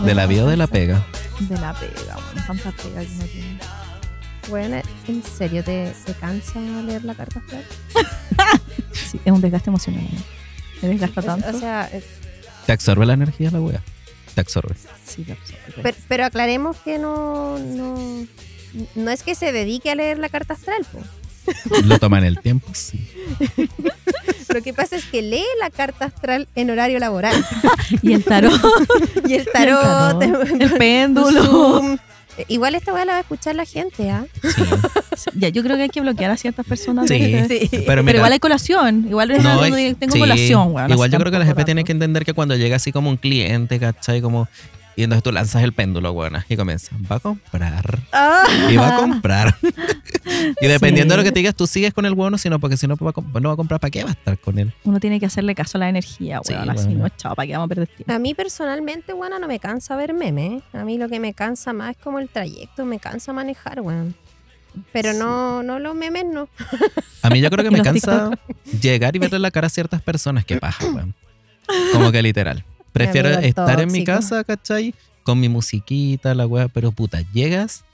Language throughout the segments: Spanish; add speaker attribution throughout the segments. Speaker 1: ¿De la vida o de la pega?
Speaker 2: De la pega, bueno, tanta pega que uno tiene.
Speaker 3: Bueno, ¿en serio te, te cansa leer la carta astral?
Speaker 2: Sí, es un desgaste emocional. ¿no? Me desgasta tanto.
Speaker 3: Es- o sea, es-
Speaker 1: ¿Te absorbe la energía la wea? Te absorbe.
Speaker 2: sí, lo absorbe.
Speaker 3: per- pero aclaremos que no, no, no es que se dedique a leer la carta astral. po.
Speaker 1: Lo toma en el tiempo, sí.
Speaker 3: Lo que pasa es que lee la carta astral en horario laboral.
Speaker 2: Y el tarot.
Speaker 3: Y el
Speaker 2: y el
Speaker 3: tarot,
Speaker 2: tarot,
Speaker 3: el
Speaker 2: el péndulo.
Speaker 3: Zoom. Eh, Igual esta weá la va a escuchar la gente, ¿ah?
Speaker 1: Sí.
Speaker 2: Sí, ya, yo creo que hay que bloquear a ciertas personas.
Speaker 1: Sí.
Speaker 2: ¿verdad?
Speaker 1: Pero
Speaker 2: Pero,
Speaker 1: mira,
Speaker 2: igual hay colación. Igual es
Speaker 1: No,
Speaker 2: algo
Speaker 1: y-
Speaker 2: de- tengo
Speaker 1: sí.
Speaker 2: colación, weón.
Speaker 1: Igual
Speaker 2: hace
Speaker 1: yo creo que la
Speaker 2: tan poco
Speaker 1: jefe tiene
Speaker 2: rato.
Speaker 1: que entender que cuando llega así como un cliente, ¿cachai? Como, y entonces tú lanzas el péndulo, weona, y comienza, va a comprar.
Speaker 2: Ah.
Speaker 1: Y va a comprar. y dependiendo de lo que te digas, tú sigues con el weón, sino porque si no pues va a com- no va a comprar, ¿para qué va a estar con él?
Speaker 2: Uno tiene que hacerle caso a la energía,
Speaker 1: Sí,
Speaker 2: weón. así
Speaker 1: weón.
Speaker 2: no, chao, para que vamos a perder tiempo.
Speaker 3: A mí personalmente, bueno, no me cansa ver memes. A mí lo que me cansa más es como el trayecto, me cansa manejar, weón. Pero no, no los memes, no.
Speaker 1: A mí yo creo que
Speaker 2: ¿Y
Speaker 1: me
Speaker 2: los
Speaker 1: cansa llegar y verle la cara a ciertas personas. Qué paja, weón. Como que literal. Prefiero
Speaker 3: Amigos
Speaker 1: estar en mi
Speaker 3: tóxicos.
Speaker 1: casa, ¿cachai? Con mi musiquita, la weá, pero puta, llegas.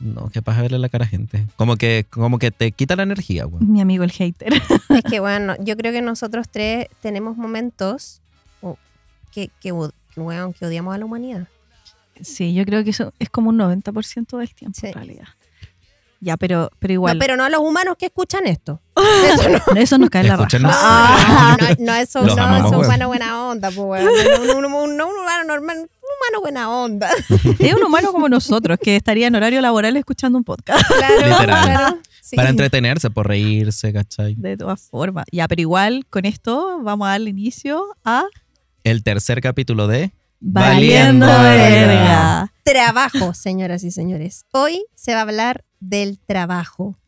Speaker 1: No, qué paja verle la cara a gente. Como que, como que te quita la energía, weón.
Speaker 2: Mi amigo el hater.
Speaker 3: Es que, bueno, yo creo que nosotros tres tenemos momentos oh, que, que, od- que, weón, que odiamos a la humanidad.
Speaker 2: Sí, yo creo que eso es como un 90% del tiempo,
Speaker 3: Sí.
Speaker 2: en realidad. Ya, pero, pero igual.
Speaker 3: No, pero no a los humanos que escuchan esto.
Speaker 2: Eso nos cae en la raja.
Speaker 1: Escúchenos.
Speaker 3: Ah, no, no, eso,
Speaker 1: Los
Speaker 3: no, eso
Speaker 1: amamos,
Speaker 3: es
Speaker 1: weón.
Speaker 3: humano buena onda, pues, weón. No, Un, un- un- no un humano normal, un humano buena onda.
Speaker 2: Es un humano como nosotros que estaría en horario laboral escuchando un podcast.
Speaker 3: Claro,
Speaker 1: Literal.
Speaker 3: claro. sí.
Speaker 1: Para entretenerse, por reírse, ¿cachai?
Speaker 2: De todas formas. Ya, pero igual con esto vamos a darle inicio a
Speaker 1: El tercer capítulo de Valiendo
Speaker 2: Valiendo Verga.
Speaker 3: Trabajo, señoras y señores. Hoy se va a hablar del trabajo.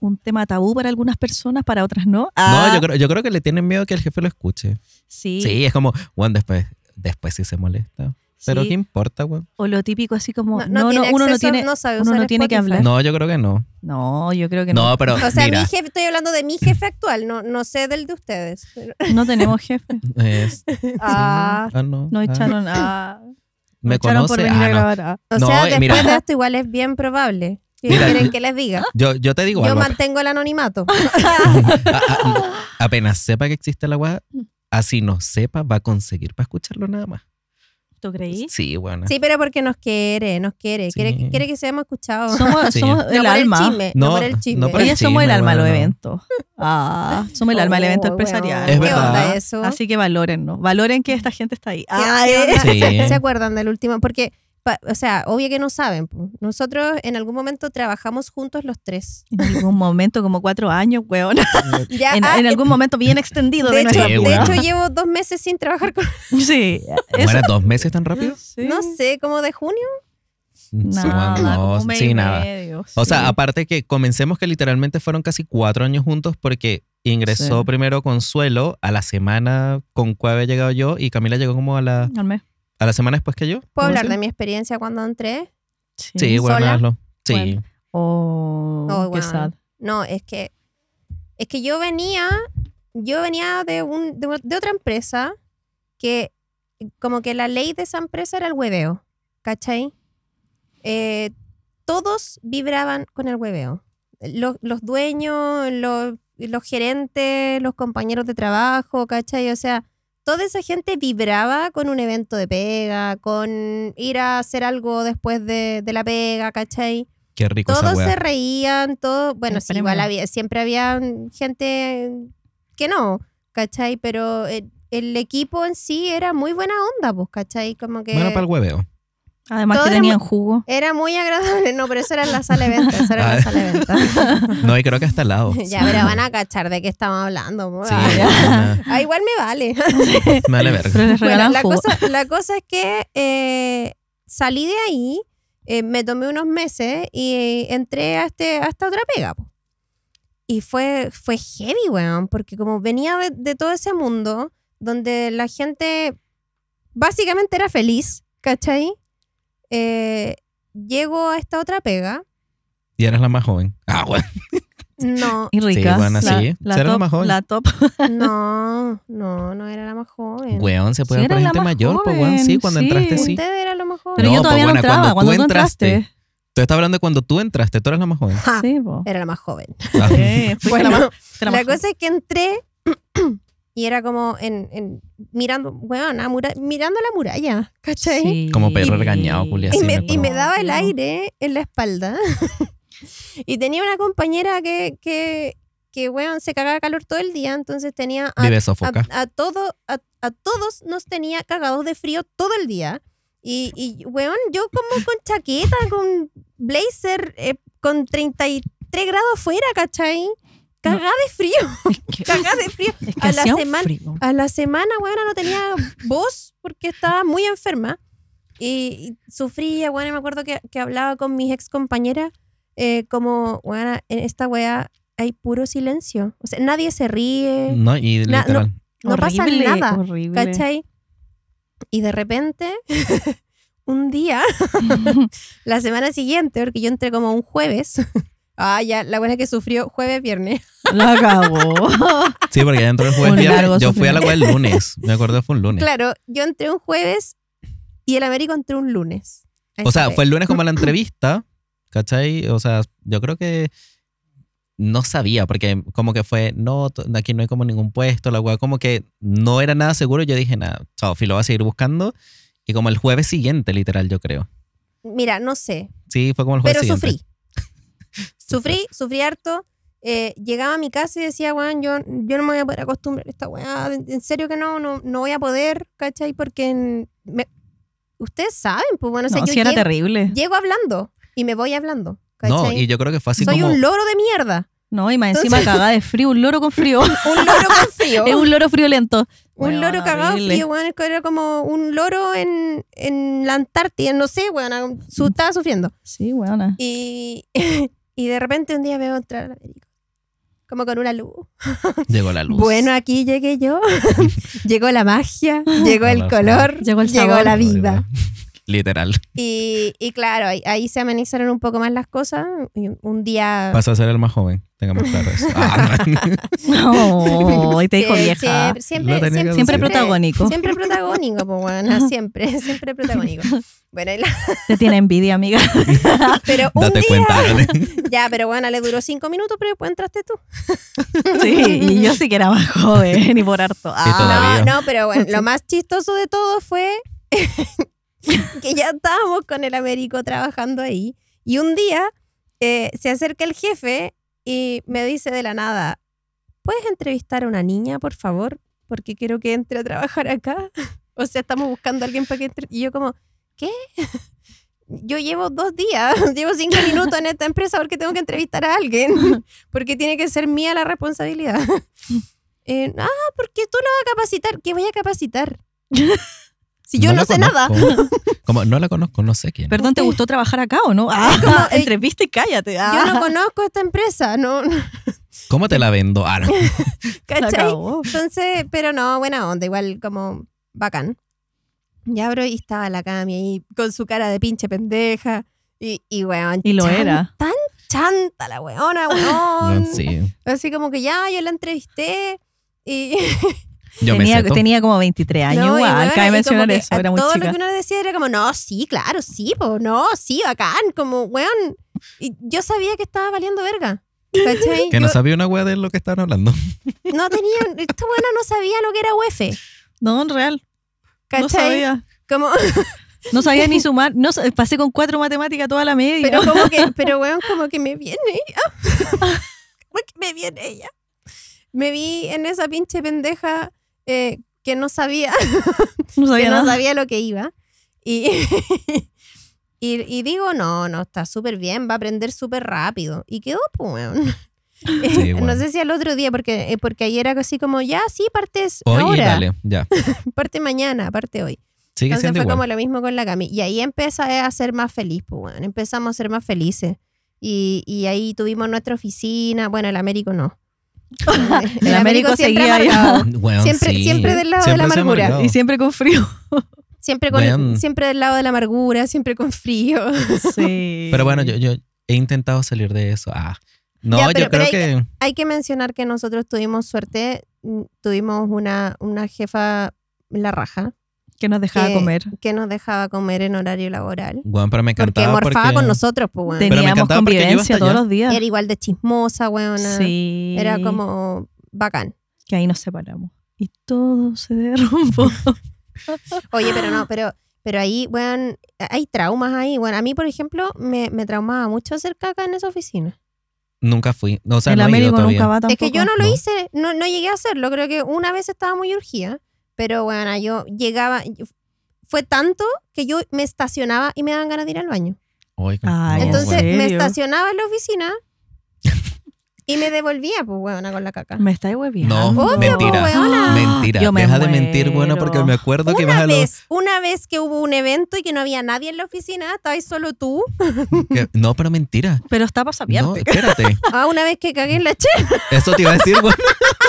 Speaker 2: Un tema tabú para algunas personas, para otras no. Ah,
Speaker 1: No, yo creo, yo creo que le tienen miedo que el jefe lo escuche.
Speaker 2: Sí,
Speaker 1: Sí, es como, weón, después, después sí se molesta. Pero
Speaker 2: sí.
Speaker 1: ¿qué importa, weón?
Speaker 2: O lo típico así como,
Speaker 3: No, no
Speaker 2: no, no,
Speaker 3: tiene
Speaker 2: uno no
Speaker 3: acceso,
Speaker 2: tiene...
Speaker 3: no sabe
Speaker 2: uno
Speaker 3: usar
Speaker 2: no tiene que
Speaker 3: Spotify.
Speaker 2: hablar.
Speaker 1: No, yo creo que no.
Speaker 2: No, yo creo que
Speaker 1: No,
Speaker 2: no.
Speaker 1: pero
Speaker 3: Eh. O sea,
Speaker 1: mira,
Speaker 3: mi jefe, estoy hablando de mi jefe actual, no, no sé del de ustedes. pero-
Speaker 2: No tenemos jefe.
Speaker 1: es-
Speaker 3: Ah,
Speaker 1: ah, no.
Speaker 2: Nos
Speaker 1: ah,
Speaker 2: echaron a...
Speaker 1: Me
Speaker 2: nos echaron por
Speaker 1: conoce.
Speaker 2: venir a
Speaker 1: ah, no.
Speaker 2: grabar. ah.
Speaker 3: o
Speaker 1: No,
Speaker 3: sea,
Speaker 1: eh,
Speaker 3: después
Speaker 1: mira.
Speaker 3: de esto igual es bien probable. ¿Qué
Speaker 1: Mira,
Speaker 3: quieren
Speaker 1: yo-
Speaker 3: que les diga?
Speaker 1: Yo, yo te digo
Speaker 3: Yo
Speaker 1: algo.
Speaker 3: mantengo el anonimato.
Speaker 1: Ah. a- a- apenas sepa que existe la weá, así no sepa, va a conseguir para escucharlo nada más.
Speaker 2: ¿Tú creí?
Speaker 1: Sí, bueno.
Speaker 3: Sí, pero porque nos quiere, nos quiere. Quiere,
Speaker 1: Sí.
Speaker 3: quiere que seamos escuchados.
Speaker 2: Somos,
Speaker 1: Sí.
Speaker 2: somos el
Speaker 3: no por
Speaker 2: alma.
Speaker 3: el chisme. No, por el chisme.
Speaker 1: no por el
Speaker 2: Oye, somos el
Speaker 1: chisme,
Speaker 2: alma de los
Speaker 1: bueno.
Speaker 2: eventos. Ah, somos el alma del evento
Speaker 3: Oh,
Speaker 2: empresarial.
Speaker 3: weón,
Speaker 1: Es verdad.
Speaker 3: ¿Qué onda eso?
Speaker 2: Así que valórennos. Valoren que esta gente está ahí. Ah,
Speaker 3: ¿Qué- qué onda?
Speaker 1: Sí.
Speaker 3: eh. ¿Se, se acuerdan del último? Porque, pa- o sea, obvio que no saben. po. Nosotros en algún momento trabajamos juntos los tres.
Speaker 2: en algún momento, como cuatro años, weón.
Speaker 3: Ya,
Speaker 2: En,
Speaker 3: ah,
Speaker 2: en algún momento bien extendido.
Speaker 3: de, hecho,
Speaker 2: nuestra-
Speaker 1: Sí,
Speaker 3: de
Speaker 1: weón.
Speaker 3: hecho, llevo dos meses sin trabajar con...
Speaker 2: Sí.
Speaker 1: Bueno, dos meses tan rápido. Mm,
Speaker 2: Sí.
Speaker 3: No sé, como de junio.
Speaker 1: Sí,
Speaker 2: Nada,
Speaker 1: weón,
Speaker 2: como
Speaker 1: no,
Speaker 2: un mes
Speaker 1: sí,
Speaker 2: y
Speaker 1: nada.
Speaker 2: medio,
Speaker 1: O
Speaker 2: sí.
Speaker 1: sea, aparte que comencemos que literalmente fueron casi cuatro años juntos porque ingresó
Speaker 2: Sí.
Speaker 1: primero Consuelo a la semana con Cuave he llegado yo y Camila llegó como a la,
Speaker 2: Al mes.
Speaker 1: a la semana después que yo.
Speaker 3: ¿Puedo hablar
Speaker 1: ¿Algo
Speaker 3: de
Speaker 1: así?
Speaker 3: mi experiencia cuando entré?
Speaker 1: Sí, bueno,
Speaker 3: ¿Sola?
Speaker 1: hazlo. Sí.
Speaker 2: Bueno. Oh,
Speaker 3: Oh,
Speaker 2: qué
Speaker 3: weón.
Speaker 2: sad.
Speaker 3: No, es que, es que yo venía, yo venía de, un, de, de otra empresa que como que la ley de esa empresa era el hueveo, ¿cachai? Eh, todos vibraban con el hueveo. Los, los dueños, los, los gerentes, los compañeros de trabajo, ¿cachai? O sea, toda esa gente vibraba con un evento de pega, con ir a hacer algo después de, de la pega, ¿cachai?
Speaker 1: Qué rico esa
Speaker 3: todos
Speaker 1: weá.
Speaker 3: se reían, todo, bueno,
Speaker 2: El
Speaker 3: sí,
Speaker 2: premio.
Speaker 3: igual había, siempre había mm, gente que no, ¿cachai? Pero el, el equipo en sí era muy buena onda, pues, ¿cachai? Como que
Speaker 1: Bueno, para el hueveo.
Speaker 2: Además
Speaker 3: Todo
Speaker 2: que
Speaker 3: era
Speaker 2: tenían jugo.
Speaker 3: era muy agradable, no, pero eso era en la sala de ventas, eso era en
Speaker 1: Ah.
Speaker 3: la sala de ventas.
Speaker 1: No, y creo que hasta al lado.
Speaker 3: ya, pero van a cachar de qué estamos hablando. po.
Speaker 1: Sí,
Speaker 3: Ah, ya.
Speaker 1: nada.
Speaker 3: Ah, igual me vale.
Speaker 1: me vale verga.
Speaker 2: Pero
Speaker 3: Bueno,
Speaker 2: les regalan
Speaker 3: la,
Speaker 2: jugo.
Speaker 3: cosa, la cosa es que eh, salí de ahí, eh, me tomé unos meses y entré a, este, a esta otra pega. po. Y fue, fue heavy, weón, porque como venía de, de todo ese mundo donde la gente básicamente era feliz, ¿cachai? Eh, llego a esta otra pega.
Speaker 1: Y eras la más joven. Ah, bueno.
Speaker 3: No,
Speaker 2: Y rica.
Speaker 1: bueno,
Speaker 2: la,
Speaker 1: sí.
Speaker 2: la
Speaker 1: Será la
Speaker 2: top,
Speaker 1: más joven.
Speaker 2: la top.
Speaker 3: no, no, no era la más joven.
Speaker 1: Weón, se puede
Speaker 2: Sí,
Speaker 1: para
Speaker 2: era
Speaker 1: gente
Speaker 2: la más
Speaker 1: mayor, pues weón, sí,
Speaker 2: joven,
Speaker 1: cuando
Speaker 2: sí.
Speaker 1: entraste sí.
Speaker 3: Usted era lo más joven.
Speaker 2: Pero
Speaker 1: No,
Speaker 2: yo
Speaker 1: pues,
Speaker 2: todavía
Speaker 1: buena,
Speaker 2: no entraba.
Speaker 1: cuando
Speaker 2: Cuando,
Speaker 1: tú
Speaker 2: tú entraste.
Speaker 1: Tú estás hablando de cuando tú entraste, tú eras la más joven.
Speaker 3: Ja,
Speaker 2: Sí, po.
Speaker 3: Era la más joven.
Speaker 1: Ah.
Speaker 2: Sí,
Speaker 3: Ah. Eh,
Speaker 2: fuiste
Speaker 3: Bueno,
Speaker 2: la más-
Speaker 3: la,
Speaker 2: fuiste la más joven.
Speaker 3: cosa es que entré y era como en, en- mirando, weón, a mura- mirando la muralla, ¿cachai?
Speaker 2: Sí.
Speaker 1: Como perro regañado, Julia,
Speaker 3: Y
Speaker 1: sí, me
Speaker 3: me, y
Speaker 1: acuerdo.
Speaker 3: me daba el aire en la espalda. y tenía una compañera que, que, que, weón, se cagaba calor todo el día, entonces tenía a,
Speaker 2: Ah,
Speaker 1: Vive
Speaker 3: a,
Speaker 1: sofoca.
Speaker 3: a todo, a, a todos nos tenía cagados de frío todo el día. Y, y weón, yo como con chaqueta, con blazer, eh, con 33 grados afuera, ¿cachai? Cagada de frío,
Speaker 2: Es que-
Speaker 3: cagada de frío.
Speaker 2: es que
Speaker 3: A la
Speaker 2: hacía un
Speaker 3: semana-
Speaker 2: frío.
Speaker 3: A la semana, weón, no tenía voz porque estaba muy enferma. Y, y sufría, weón, y me acuerdo que, que hablaba con mis ex compañeras eh, como, weón, en esta weá hay puro silencio. O sea, nadie se ríe,
Speaker 1: No, y
Speaker 3: Na-
Speaker 1: literal.
Speaker 3: no pasa
Speaker 2: Horrible,
Speaker 3: nada.
Speaker 2: horrible.
Speaker 3: ¿Cachai? Y de repente, un día, la semana siguiente, porque yo entré como un jueves. Ah, ya, la buena que sufrió jueves, viernes.
Speaker 2: La acabó.
Speaker 1: Sí, porque ya entró el jueves
Speaker 2: Un
Speaker 1: viernes,
Speaker 2: largo
Speaker 1: Yo fui a la web el lunes. Me acuerdo fue un lunes.
Speaker 3: Claro, yo entré un jueves y el Américo entró un lunes. A
Speaker 1: O
Speaker 3: esa
Speaker 1: sea,
Speaker 3: vez.
Speaker 1: fue el lunes como la entrevista, ¿cachai? O sea, yo creo que no sabía, porque como que fue, no, t- aquí no hay como ningún puesto, la weá, como que no era nada seguro. Yo dije, nada, chao, Filo, va a seguir buscando. Y como el jueves siguiente, literal, yo creo.
Speaker 3: Mira, no sé,
Speaker 1: Sí, fue como el jueves
Speaker 3: pero
Speaker 1: siguiente.
Speaker 3: sufrí. sufrí, sufrí harto. Eh, llegaba a mi casa y decía, weón, yo, yo no me voy a poder acostumbrar a esta weá. En en serio que no, no, no voy a poder, ¿cachai? Porque en- me- ustedes saben, pues bueno, o sea,
Speaker 2: No,
Speaker 3: yo
Speaker 2: sí, era
Speaker 3: llego-
Speaker 2: terrible.
Speaker 3: llego hablando y me voy hablando. ¿cachai?
Speaker 1: No, y yo creo que fue así
Speaker 3: Soy
Speaker 1: como.
Speaker 3: un loro de mierda.
Speaker 2: No, y más
Speaker 3: Entonces-
Speaker 2: encima cagada de frío, un loro con frío.
Speaker 3: Un loro con frío.
Speaker 2: es
Speaker 3: un,
Speaker 2: un loro friolento.
Speaker 3: loro
Speaker 2: Weón,
Speaker 3: cagado
Speaker 2: horrible.
Speaker 3: frío, weón. Era como un loro en, en la Antártida, no sé, weón. su- estaba sufriendo.
Speaker 2: Sí, weona.
Speaker 3: Y, y de repente un día veo entrar a la médico. Como con una luz.
Speaker 1: Llegó la luz.
Speaker 3: Bueno, aquí llegué yo. llegó la magia, llegó el
Speaker 1: La
Speaker 3: color,
Speaker 2: Llegó el
Speaker 3: llegó
Speaker 2: sabor.
Speaker 3: la vida.
Speaker 1: Literal.
Speaker 3: Y, y claro, ahí, ahí se amenizaron un poco más las cosas. Y un día
Speaker 1: Pasó a ser el más joven. Tengamos claro eso. Ah, no.
Speaker 2: No, y te dijo
Speaker 3: Sie-
Speaker 2: vieja.
Speaker 3: Siempre, siempre,
Speaker 1: Lo tenía que
Speaker 3: siempre,
Speaker 1: Siempre decir.
Speaker 2: protagónico.
Speaker 3: Siempre protagónico, pues bueno, siempre, siempre protagónico. Bueno, y la-
Speaker 2: Te tiene envidia, amiga.
Speaker 3: pero un
Speaker 1: Date
Speaker 3: día,
Speaker 1: cuenta. Ale.
Speaker 3: ya, pero bueno, le duró cinco minutos, pero después entraste tú.
Speaker 2: Sí, y yo sí que era más joven y por harto. Ah,
Speaker 1: todavía.
Speaker 3: No, no, pero bueno, lo más chistoso de todo fue que ya estábamos con el Américo trabajando ahí y un día eh, se acerca el jefe y me dice de la nada, ¿puedes entrevistar a una niña, por favor? Porque quiero que entre a trabajar acá. O sea, estamos buscando a alguien para que entre. Y yo como, ¿qué? Yo llevo dos días, llevo cinco minutos en esta empresa porque tengo que entrevistar a alguien, porque tiene que ser mía la responsabilidad. Eh, ah, porque tú la vas a capacitar. ¿Qué voy a capacitar? Si yo no,
Speaker 1: la
Speaker 3: sé nada.
Speaker 1: conozco. Como, no la conozco, no sé quién.
Speaker 2: Perdón, ¿te gustó trabajar acá o no? Ah,
Speaker 3: como, eh,
Speaker 2: entrevista y cállate. Ah,
Speaker 3: Yo no conozco esta empresa, ¿no?
Speaker 1: ¿Cómo te la vendo? Ah, no.
Speaker 2: se
Speaker 3: ¿Cachai?
Speaker 2: acabó.
Speaker 3: Entonces, pero no, buena onda, igual como bacán. Y abro y estaba la Cami ahí con su cara de pinche pendeja. Y, y weón.
Speaker 2: Y lo
Speaker 3: chan-
Speaker 2: era.
Speaker 3: Tan chanta la weona, weón.
Speaker 1: Bueno, Ah, sí.
Speaker 3: Así como que ya, yo la entrevisté. Y,
Speaker 1: Yo me
Speaker 2: tenía,
Speaker 1: sé todo.
Speaker 2: tenía como 23 años
Speaker 3: No, y
Speaker 2: Ah, igual,
Speaker 3: bueno, y
Speaker 2: cabe
Speaker 3: como
Speaker 2: mencionar
Speaker 3: que
Speaker 2: eso,
Speaker 3: a
Speaker 2: era muy
Speaker 3: todo
Speaker 2: chica.
Speaker 3: lo que uno le decía era como, no, sí, claro, sí, po, no, sí, bacán, como, weón. Y yo sabía que estaba valiendo verga. ¿Cachai?
Speaker 1: Que no
Speaker 3: Yo
Speaker 1: sabía una wea de lo que estaban hablando.
Speaker 3: no tenía, esta buena no sabía lo que era UF.
Speaker 2: No, en real, no
Speaker 3: ¿Cachai?
Speaker 2: sabía.
Speaker 3: como,
Speaker 2: No sabía ni sumar, no, sa- pasé con cuatro matemáticas toda la media.
Speaker 3: pero como que, pero weón, como que me viene ella. como que me viene ella. Me vi en esa pinche pendeja eh, que no sabía
Speaker 2: no sabía
Speaker 3: que no
Speaker 2: nada.
Speaker 3: sabía lo que iba. Y, y, y digo, no, no, está súper bien, va a aprender súper rápido. Y quedó, pues, weón.
Speaker 1: Sí,
Speaker 3: No
Speaker 1: bueno.
Speaker 3: sé si al otro día, porque, eh, porque ayer era así como, ya, sí, partes
Speaker 1: Hoy y
Speaker 3: ahora,
Speaker 1: dale, ya.
Speaker 3: parte mañana, parte hoy.
Speaker 1: Sigue
Speaker 3: Entonces
Speaker 1: siendo
Speaker 3: fue como
Speaker 1: igual.
Speaker 3: lo mismo con la Cami. Y ahí empieza a ser más feliz, pues, weón. Empezamos a ser más felices. Y, y ahí tuvimos nuestra oficina. Bueno, el Américo no.
Speaker 2: El Américo seguía ahí.
Speaker 3: amargado.
Speaker 1: Weón,
Speaker 3: siempre- siempre del lado de la
Speaker 1: se ha
Speaker 3: amargura.
Speaker 1: amargado.
Speaker 2: Y siempre con frío.
Speaker 3: Siempre, con,
Speaker 1: Weón.
Speaker 3: siempre del lado de la amargura, siempre con frío.
Speaker 2: Sí.
Speaker 1: Pero bueno, yo, yo he intentado salir de eso. Ah, No,
Speaker 3: Ya,
Speaker 1: yo
Speaker 3: pero-
Speaker 1: creo
Speaker 3: pero
Speaker 1: que.
Speaker 3: Hay que mencionar que nosotros tuvimos suerte, mm, tuvimos una, una jefa, la raja,
Speaker 2: Que nos dejaba
Speaker 3: que-
Speaker 2: comer.
Speaker 3: que nos dejaba comer en horario laboral.
Speaker 1: Weón, pero me
Speaker 3: Porque
Speaker 1: encantaba.
Speaker 3: morfaba
Speaker 1: porque-
Speaker 3: con nosotros, pues, weón.
Speaker 1: me
Speaker 2: Teníamos
Speaker 1: encantaba porque yo iba
Speaker 2: convivencia
Speaker 1: hasta
Speaker 2: todos
Speaker 1: allá.
Speaker 2: los días.
Speaker 3: Era igual de chismosa, weona.
Speaker 2: Sí.
Speaker 3: Era como bacán.
Speaker 2: Que ahí nos separamos. Y todo se derrumbó.
Speaker 3: Oye, pero no, pero, pero ahí, weón, hay traumas ahí, weón. A mí, por ejemplo, me, me traumaba mucho hacer caca en esa oficina.
Speaker 1: Nunca fui. O sea,
Speaker 2: el
Speaker 1: no he ido
Speaker 2: Américo
Speaker 1: todavía.
Speaker 2: nunca va tampoco.
Speaker 3: es que yo no lo
Speaker 1: no.
Speaker 3: hice, no, no llegué a hacerlo. Creo que una vez estaba muy urgida, pero bueno, yo llegaba. yo- fue tanto que yo me estacionaba y me daban ganas de ir al baño.
Speaker 1: Ay,
Speaker 2: Ay,
Speaker 1: no,
Speaker 3: Entonces
Speaker 1: weón.
Speaker 2: ¿en
Speaker 3: me
Speaker 2: serio?
Speaker 3: estacionaba en la oficina y me devolvía, pues, weona, con la caca.
Speaker 2: Me estáis hueviando.
Speaker 1: No, Obvio, mentira.
Speaker 3: pues, weona.
Speaker 2: Ah,
Speaker 1: Mentira.
Speaker 2: Yo me
Speaker 1: Deja de mentir,
Speaker 2: muero.
Speaker 1: bueno, porque me acuerdo que ibas
Speaker 3: Una
Speaker 1: a los.
Speaker 3: vez, una vez que hubo un evento y que no había nadie en la oficina, estabas solo tú.
Speaker 1: que- No, pero mentira.
Speaker 2: Pero está para sabiarte.
Speaker 1: No, espérate.
Speaker 3: Ah, una vez que cagué en la chela.
Speaker 1: Eso te iba a decir, weón.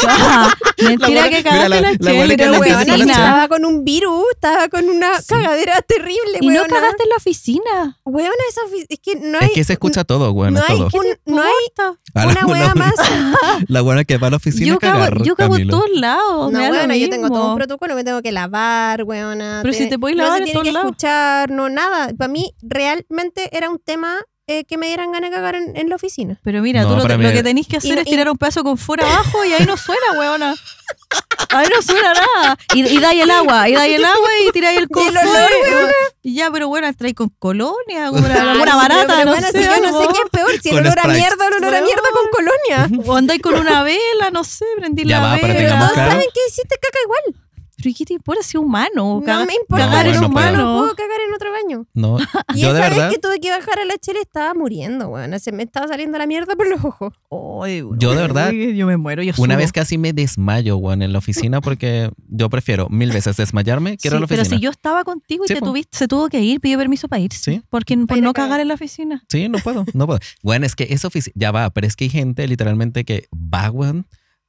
Speaker 2: Ah,
Speaker 1: La
Speaker 2: Mentira
Speaker 1: buena-
Speaker 2: que
Speaker 1: mira, la- la
Speaker 2: cagaste la
Speaker 1: buena
Speaker 2: chela
Speaker 1: que
Speaker 2: en
Speaker 1: la empieza
Speaker 2: la
Speaker 1: a
Speaker 3: Weona,
Speaker 2: oficina.
Speaker 3: estaba con un virus, estaba con una cagadera terrible,
Speaker 2: Y no
Speaker 3: weona.
Speaker 2: cagaste en la oficina.
Speaker 3: Weona, esa ofi- es que no hay,
Speaker 1: Es que se escucha todo, weón.
Speaker 3: no
Speaker 1: es
Speaker 3: hay,
Speaker 1: todo.
Speaker 3: un- no hay
Speaker 2: Puta.
Speaker 1: A
Speaker 3: una
Speaker 1: la,
Speaker 3: wea
Speaker 1: la-
Speaker 3: más.
Speaker 1: la buena que va a la oficina
Speaker 2: Yo
Speaker 1: a cagar,
Speaker 2: cago, yo cago en
Speaker 1: Camilo.
Speaker 2: todos lados.
Speaker 3: No,
Speaker 2: me da lo
Speaker 3: weona, yo tengo todo un
Speaker 2: mismo.
Speaker 3: protocolo, me tengo que lavar, weona.
Speaker 2: Pero si
Speaker 3: tiene-
Speaker 2: te podés lavar en
Speaker 3: No se
Speaker 2: todos
Speaker 3: tiene que
Speaker 2: lados.
Speaker 3: escuchar, no, nada. Para mí, realmente era un tema eh, que me dieran ganas de cagar en, en la oficina.
Speaker 2: Pero mira,
Speaker 1: No,
Speaker 2: tú lo,
Speaker 1: para
Speaker 2: te-
Speaker 1: mí-
Speaker 2: lo que tenéis
Speaker 3: Y
Speaker 2: que hacer
Speaker 3: no-
Speaker 2: es
Speaker 3: y-
Speaker 2: tirar un pedazo con fuera abajo y ahí no suena, weona. Ahí no suena nada. Y, y dais el agua, y dais el agua y tiráis el confort.
Speaker 3: olor,
Speaker 2: y ya, pero bueno, trae con colonia, alguna,
Speaker 3: Ay,
Speaker 2: alguna
Speaker 3: pero-
Speaker 2: barata,
Speaker 3: pero
Speaker 2: no
Speaker 3: bueno,
Speaker 2: sé.
Speaker 3: si yo no sé
Speaker 2: algo.
Speaker 3: qué es peor, si el
Speaker 1: Con
Speaker 3: olor a
Speaker 1: Sprite.
Speaker 3: mierda, el olor a mierda con colonia.
Speaker 2: O andáis con una vela, no sé, prendí
Speaker 1: Ya
Speaker 2: la
Speaker 1: va, pero
Speaker 2: vela.
Speaker 3: Pero
Speaker 1: tengamos
Speaker 3: todos
Speaker 1: claro.
Speaker 3: saben que hiciste caca igual.
Speaker 2: Pero ¿y qué te importa si es humano?
Speaker 3: No
Speaker 2: Caga-
Speaker 3: me importa,
Speaker 2: Cagar
Speaker 1: No,
Speaker 2: es
Speaker 1: bueno,
Speaker 2: humano.
Speaker 1: pero-
Speaker 3: no puedo cagar en otro baño.
Speaker 1: No,
Speaker 3: Y
Speaker 1: yo de
Speaker 3: esa
Speaker 1: verdad.
Speaker 3: vez que tuve que bajar a la chela estaba muriendo, weón. Se me estaba saliendo la mierda por los ojos.
Speaker 2: Ay,
Speaker 1: Yo de verdad,
Speaker 2: uy, yo me muero, yo
Speaker 1: Una
Speaker 2: sudo.
Speaker 1: vez casi me desmayo, weón, en la oficina porque yo prefiero mil veces desmayarme que ir a
Speaker 2: Sí,
Speaker 1: la
Speaker 2: pero
Speaker 1: oficina.
Speaker 2: si yo estaba contigo y
Speaker 1: Sí,
Speaker 2: te
Speaker 1: po.
Speaker 2: tuviste, se tuvo que ir, pidió permiso para irse.
Speaker 1: Sí.
Speaker 2: Porque por
Speaker 3: ir a
Speaker 2: no
Speaker 3: cagar.
Speaker 2: cagar en la oficina.
Speaker 1: Sí, no puedo, no puedo. Bueno, es que esa oficina, ya va, pero es que hay gente literalmente que va, weón.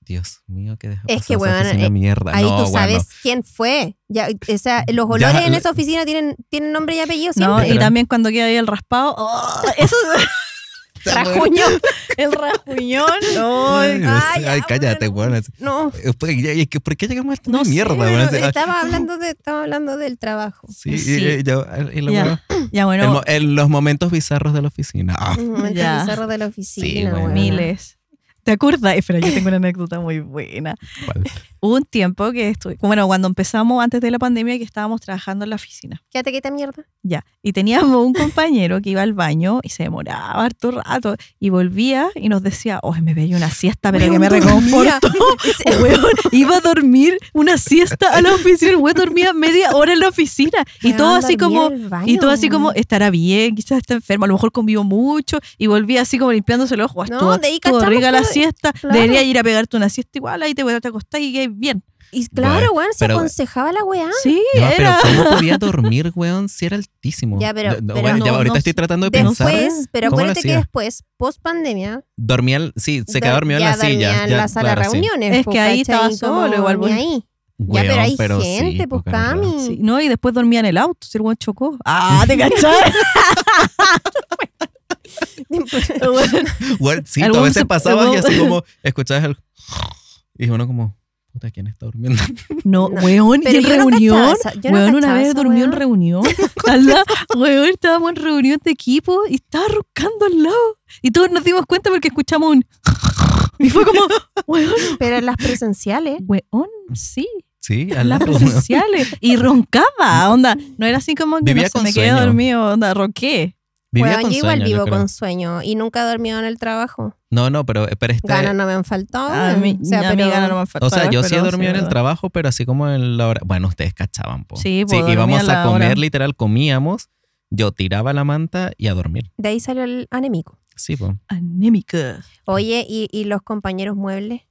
Speaker 1: Dios mío, que deja
Speaker 3: Es
Speaker 1: pasar
Speaker 3: que,
Speaker 1: esa
Speaker 3: weón,
Speaker 1: oficina
Speaker 3: eh,
Speaker 1: mierda.
Speaker 3: Ahí
Speaker 1: no,
Speaker 3: tú
Speaker 1: weón,
Speaker 3: sabes
Speaker 1: no.
Speaker 3: quién fue. Ya, o sea, los olores en esa oficina tienen, tienen nombre y apellido
Speaker 2: No,
Speaker 3: siempre.
Speaker 2: y
Speaker 1: Literal.
Speaker 2: también cuando queda ahí el raspado, ¡oh! eso
Speaker 3: Rajuñón.
Speaker 2: el rasguñón.
Speaker 1: Ay,
Speaker 3: Ay, ya,
Speaker 1: Ay, cállate,
Speaker 3: bueno.
Speaker 1: weón. Es-
Speaker 3: No.
Speaker 1: es- ¿Por es que, ¿por qué llegamos a esta
Speaker 2: No sé,
Speaker 1: mierda, weón?
Speaker 3: Pero
Speaker 1: Es- ah,
Speaker 3: estaba hablando de, estaba hablando del trabajo.
Speaker 1: Sí, eh,
Speaker 2: Sí.
Speaker 1: y- y yo- y la
Speaker 2: Ya,
Speaker 1: weón-
Speaker 2: Ya
Speaker 1: el
Speaker 2: bueno,
Speaker 1: mo- el- los momentos bizarros de la oficina. Ah,
Speaker 3: Mm, Entre
Speaker 2: Ya.
Speaker 3: el cerro de la oficina,
Speaker 1: bueno.
Speaker 3: weón.
Speaker 2: miles. ¿Te acuerdas? Espera, yo tengo una anécdota muy buena.
Speaker 1: ¿cuál?
Speaker 2: Hubo un tiempo que estuve, bueno, cuando empezamos antes de la pandemia que estábamos trabajando en la oficina.
Speaker 3: Quédate que esta mierda.
Speaker 2: Ya. Y teníamos un compañero que iba al baño y se demoraba harto rato y volvía y nos decía, oh, me veía una siesta, pero que me reconforto. El weón iba a dormir una siesta a la oficina. El weón dormía media hora en la oficina. Y
Speaker 3: Weón,
Speaker 2: todo así
Speaker 3: dormía
Speaker 2: como.
Speaker 3: en el baño,
Speaker 2: Y todo así como,
Speaker 3: weón.
Speaker 2: estará bien, quizás está enfermo, a lo mejor comió mucho y volvía así como limpiándose el ojo.
Speaker 3: No,
Speaker 2: Estuvo,
Speaker 3: de ahí
Speaker 2: estuvo
Speaker 3: cachamos
Speaker 2: rica la
Speaker 3: que-
Speaker 2: siesta,
Speaker 3: claro.
Speaker 2: debería ir a pegarte una siesta igual, ahí te voy a te acostar y que bien.
Speaker 3: Y claro, weón, se
Speaker 1: pero-
Speaker 3: aconsejaba la weá.
Speaker 2: Sí,
Speaker 1: Ya, pero
Speaker 2: era.
Speaker 1: ¿cómo podía dormir, weón, si era altísimo?
Speaker 3: Ya, pero-
Speaker 1: No, no,
Speaker 3: pero
Speaker 1: weón, ya,
Speaker 2: no-
Speaker 1: ahorita
Speaker 2: no
Speaker 1: estoy
Speaker 2: sé.
Speaker 1: tratando de pensar.
Speaker 3: Después, pero
Speaker 1: ¿Cómo lo
Speaker 3: acuérdate que
Speaker 1: hacía?
Speaker 3: después, post pandemia,
Speaker 1: Dormía, el- sí, se quedó
Speaker 3: dor-
Speaker 1: dormido en
Speaker 3: ya
Speaker 1: la
Speaker 3: dormía
Speaker 1: silla.
Speaker 3: en
Speaker 1: ya,
Speaker 3: la sala de
Speaker 1: claro, sí.
Speaker 3: reuniones.
Speaker 2: Es
Speaker 3: po,
Speaker 2: que ahí
Speaker 3: ¿cachai?
Speaker 2: estaba
Speaker 3: Como
Speaker 2: solo, igual,
Speaker 3: ni
Speaker 2: bueno.
Speaker 3: ahí. Ya,
Speaker 1: Weón,
Speaker 3: pero hay
Speaker 1: sí,
Speaker 3: gente, pues,
Speaker 1: poca verdad.
Speaker 3: Cami.
Speaker 2: Sí, no, y después dormía en el auto, si el weón chocó. Ah, te cachai.
Speaker 1: Weón, sí,
Speaker 2: El
Speaker 1: tú a
Speaker 2: weón
Speaker 1: veces
Speaker 2: se-
Speaker 1: pasabas
Speaker 2: el
Speaker 1: y así
Speaker 2: weón-
Speaker 1: como escuchabas el. Y uno como, puta, ¿quién está durmiendo?
Speaker 2: No,
Speaker 3: No.
Speaker 2: weón, y
Speaker 3: Pero
Speaker 2: en
Speaker 3: yo no cachaba
Speaker 2: reunión.
Speaker 3: esa- yo no
Speaker 2: weón, una
Speaker 3: cachaba
Speaker 2: vez
Speaker 3: esa
Speaker 2: durmió en
Speaker 3: weá.
Speaker 2: reunión. al lado, weón, estábamos en reunión de equipo y estaba roncando al lado. Y todos nos dimos cuenta porque escuchamos un. Y fue como, weón,
Speaker 3: Pero en las presenciales.
Speaker 2: weón, sí,
Speaker 1: Sí, al
Speaker 2: las
Speaker 1: lado, weón.
Speaker 2: presenciales. Y roncaba, onda. No era así como que
Speaker 1: Vivía
Speaker 2: no sé,
Speaker 1: con
Speaker 2: me quedé
Speaker 1: sueño.
Speaker 2: dormido, onda, ronqué.
Speaker 1: Vivía
Speaker 3: Weón,
Speaker 1: con
Speaker 3: yo igual
Speaker 1: sueño, yo
Speaker 3: vivo
Speaker 1: creo.
Speaker 3: con sueño y nunca he dormido en el trabajo.
Speaker 1: No, no, pero, pero este.
Speaker 3: Ganas no me han faltado.
Speaker 2: A
Speaker 3: weón.
Speaker 2: mí,
Speaker 3: O sea,
Speaker 2: a mí
Speaker 3: pero-
Speaker 2: ganas no me
Speaker 1: O
Speaker 2: han
Speaker 1: sea,
Speaker 2: faltado,
Speaker 1: yo sí he
Speaker 2: pero
Speaker 1: dormido en el
Speaker 2: verdad.
Speaker 1: trabajo, pero así como en la hora. Bueno, ustedes cachaban, po.
Speaker 2: Sí, po, dormía
Speaker 1: íbamos a
Speaker 2: a la
Speaker 1: comer,
Speaker 2: hora.
Speaker 1: literal, comíamos, yo tiraba la manta y a dormir.
Speaker 3: De ahí salió el anémico.
Speaker 1: Sí, po.
Speaker 2: Anémica.
Speaker 3: Oye, y, y los compañeros muebles.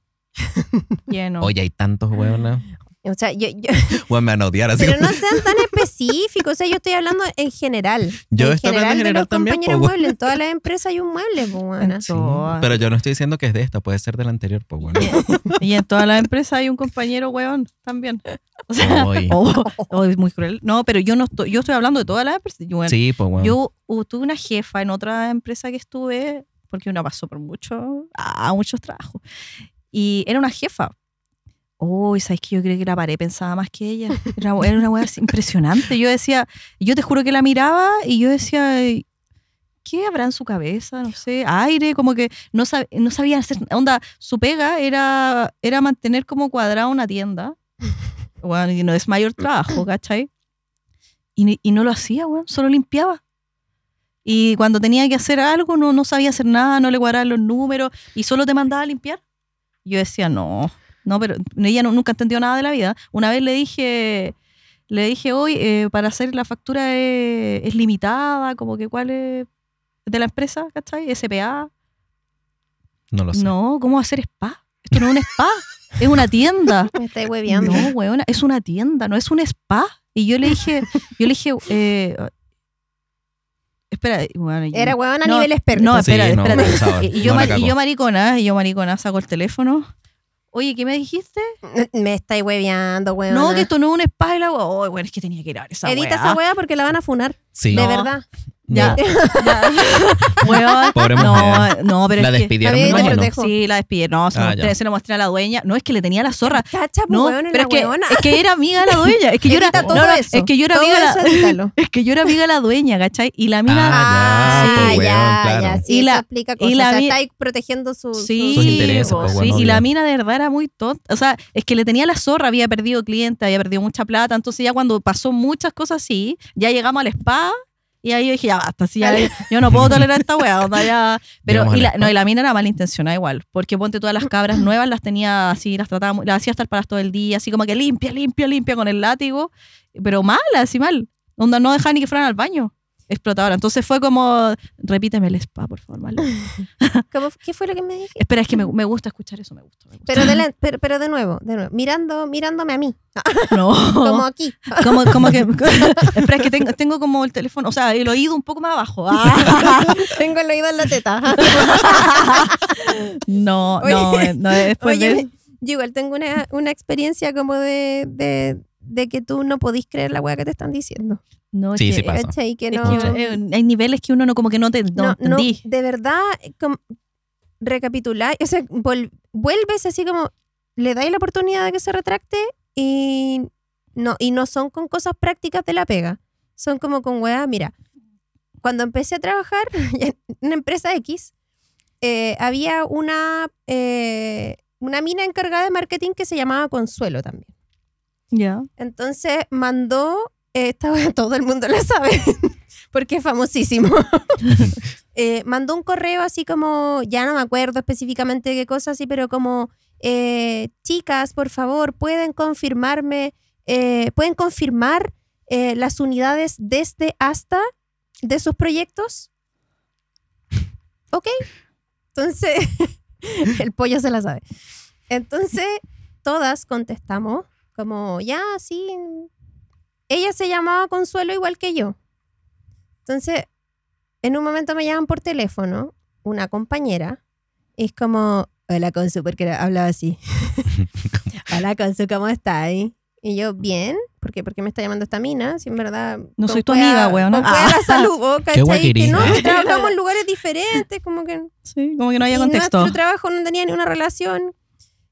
Speaker 2: Lleno.
Speaker 1: Oye, hay tantos huevones.
Speaker 3: O sea, yo, yo-
Speaker 1: Weón, me van a odiar así.
Speaker 3: pero no sean tan específicos. O sea, yo estoy hablando en general.
Speaker 1: Yo
Speaker 3: en
Speaker 1: estoy hablando en
Speaker 3: de
Speaker 1: general
Speaker 3: los
Speaker 1: también,
Speaker 3: compañeros
Speaker 1: po, weón.
Speaker 3: muebles. En todas las empresas hay un mueble, po, weona.
Speaker 1: Sí,
Speaker 2: Todas.
Speaker 1: pero yo no estoy diciendo que es de esta, puede ser de la anterior, pues bueno.
Speaker 2: Y en todas las empresas hay un compañero weón también. O sea,
Speaker 1: Oy.
Speaker 2: oh, oh, es muy cruel. No, pero yo no estoy, yo estoy hablando de todas las empresas. Bueno,
Speaker 1: Sí, pues bueno.
Speaker 2: Yo uh, tuve una jefa en otra empresa que estuve porque uno pasó por mucho, a muchos trabajos. Y era una jefa. Uy, ¿sabes que Yo creo que la paré, pensaba más que ella. Era, era una weá impresionante. Yo decía, yo te juro que la miraba y yo decía, ¿qué habrá en su cabeza? No sé, aire, como que no, sab- no sabía hacer. Onda, su pega era, era mantener como cuadrada una tienda. Bueno, y no es mayor trabajo, ¿cachai? Y, ni- y no lo hacía, weón, solo limpiaba. Y cuando tenía que hacer algo, no, no sabía hacer nada, no le cuadraban los números y solo te mandaba a limpiar. Yo decía, no, no, pero ella no- nunca entendió nada de la vida. Una vez le dije, le dije hoy, eh, para hacer la factura es, es limitada, como que cuál es de la empresa, ¿cachai? SPA.
Speaker 1: No lo sé.
Speaker 2: No, ¿cómo va a ser spa? Esto no es un spa, es una tienda.
Speaker 3: Me estáis hueveando.
Speaker 2: No, weona, es una tienda, no es un spa. Y yo le dije, yo le dije, eh, espera, bueno, yo-
Speaker 3: Era huevón a
Speaker 2: No,
Speaker 3: nivel experto.
Speaker 2: no,
Speaker 1: Sí,
Speaker 2: espérate,
Speaker 1: no,
Speaker 2: espérate.
Speaker 1: por favor,
Speaker 2: y, y yo
Speaker 1: no la
Speaker 2: mari- y
Speaker 1: cagó.
Speaker 2: yo maricona, y yo maricona, saco el teléfono. Oye, ¿qué me dijiste?
Speaker 3: Me estáis hueveando, huevón.
Speaker 2: No, que esto no es un spa y la wea. Oh, bueno, es que tenía que ir a ver esa
Speaker 3: Edita
Speaker 2: weá.
Speaker 3: esa hueá porque la van a funar.
Speaker 1: Sí.
Speaker 3: De
Speaker 2: No.
Speaker 3: verdad.
Speaker 1: No.
Speaker 2: Ya, ya. Weón,
Speaker 1: Pobre mujer.
Speaker 2: no, no, pero
Speaker 1: La
Speaker 2: es que.
Speaker 1: despidieron,
Speaker 3: Había
Speaker 1: me
Speaker 3: ido a
Speaker 1: imagino.
Speaker 3: proteger. Dejó.
Speaker 2: Sí, la despidieron. No, se,
Speaker 1: Ah,
Speaker 2: lo mostré,
Speaker 1: ya.
Speaker 2: se lo mostré a la dueña. No, es que le tenía la zorra.
Speaker 3: Cacha, pues,
Speaker 2: No,
Speaker 3: huevón, en
Speaker 2: pero
Speaker 3: la
Speaker 2: es que,
Speaker 3: huevona.
Speaker 2: es que era amiga de la dueña. Es que yo era,
Speaker 3: Edita
Speaker 2: no,
Speaker 3: todo
Speaker 2: no,
Speaker 3: eso.
Speaker 2: es que yo era
Speaker 3: Todo
Speaker 2: amiga de la,
Speaker 3: eso, edítalo.
Speaker 2: es que yo era amiga de la dueña, ¿cachai? Y la mina,
Speaker 1: Ah, ya,
Speaker 3: Ah,
Speaker 1: pues,
Speaker 3: ya,
Speaker 1: huevón, claro.
Speaker 3: ya, sí,
Speaker 2: Y la-
Speaker 3: eso explica cosas.
Speaker 2: y la
Speaker 3: o sea,
Speaker 2: vi-
Speaker 3: estáis protegiendo su,
Speaker 2: sí,
Speaker 1: sus intereses,
Speaker 2: po,
Speaker 1: pues,
Speaker 2: sí,
Speaker 1: bueno,
Speaker 2: y la
Speaker 1: obvio.
Speaker 2: mina de verdad era muy tonta, o sea, es que le tenía la zorra, había perdido clientes, había perdido mucha plata, entonces ya cuando pasó muchas cosas así, ya llegamos al spa y ahí yo dije, ya basta, sí, ya- yo no puedo tolerar esta wea, onda, ya. Pero
Speaker 1: Llegamos
Speaker 2: y
Speaker 1: al
Speaker 2: la,
Speaker 1: spa.
Speaker 2: no, y la mina era malintencionada igual, porque ponte todas las cabras nuevas, las tenía así, las trataba, mu- las hacía estar paradas todo el día, así como que limpia, limpia, limpia con el látigo, pero mal, así mal, onda, no dejaba ni que fueran al baño. Explotadora. Entonces fue como, repíteme el spa, por favor, Marlene.
Speaker 3: ¿Cómo- ¿Qué fue lo que me dijiste?
Speaker 2: Espera, es que me, me gusta escuchar eso, me gusta. me gusta.
Speaker 3: Pero de, la- pero, pero de nuevo, de nuevo, mirando, mirándome a mí,
Speaker 2: no.
Speaker 3: como
Speaker 2: Como,
Speaker 3: aquí.
Speaker 2: como, que. Espera, es que tengo, tengo como el teléfono, o sea, el oído un poco más abajo. Ah.
Speaker 3: Tengo el oído en la teta.
Speaker 2: No, no,
Speaker 3: Oye.
Speaker 2: eh, no, después
Speaker 3: Oye,
Speaker 2: de-
Speaker 3: me- yo igual tengo una, una experiencia como de, de, de que tú no podís creer la weá que te están diciendo.
Speaker 2: No, es
Speaker 1: Sí,
Speaker 2: que-
Speaker 1: sí pasa.
Speaker 3: ¿Cachai? Que
Speaker 2: es
Speaker 3: no,
Speaker 2: que, eh, hay niveles que uno no como que no te no,
Speaker 3: no, no,
Speaker 2: entendí.
Speaker 3: de verdad, eh, com- recapitular, o sea, vol- vuelves así como, le dais la oportunidad de que se retracte y no, y no son con cosas prácticas de la pega, son como con weá, mira, cuando empecé a trabajar en una empresa X, eh, había una, eh, una mina encargada de marketing que se llamaba Consuelo también.
Speaker 2: Ya.
Speaker 3: Entonces mandó, eh, esta weá todo el mundo la sabe, porque es famosísimo. Eh, mandó un correo así como, ya no me acuerdo específicamente qué cosa así, pero como, eh, chicas, por favor, pueden confirmarme, eh, pueden confirmar eh, las unidades desde hasta de sus proyectos. Ok. Entonces, el pollo se la sabe. Entonces, todas contestamos como, ya, sí. Ella se llamaba Consuelo igual que yo. Entonces, en un momento me llaman por teléfono, una compañera, y es como, hola Consu, porque era- hablaba así. hola Consu, ¿cómo estás? Y yo, bien, porque ¿por qué me está llamando esta mina? Si en verdad...
Speaker 2: No
Speaker 3: con
Speaker 2: soy tu
Speaker 3: cuea-
Speaker 2: amiga, weona. Ah.
Speaker 3: con cuea la saludo,
Speaker 1: guay
Speaker 3: ¿cachai?
Speaker 1: que
Speaker 3: Que no,
Speaker 1: eres.
Speaker 3: que trabajamos en lugares diferentes, como que...
Speaker 2: Sí, como que no había
Speaker 3: Y
Speaker 2: contexto.
Speaker 3: Nuestro trabajo no tenía ni una relación.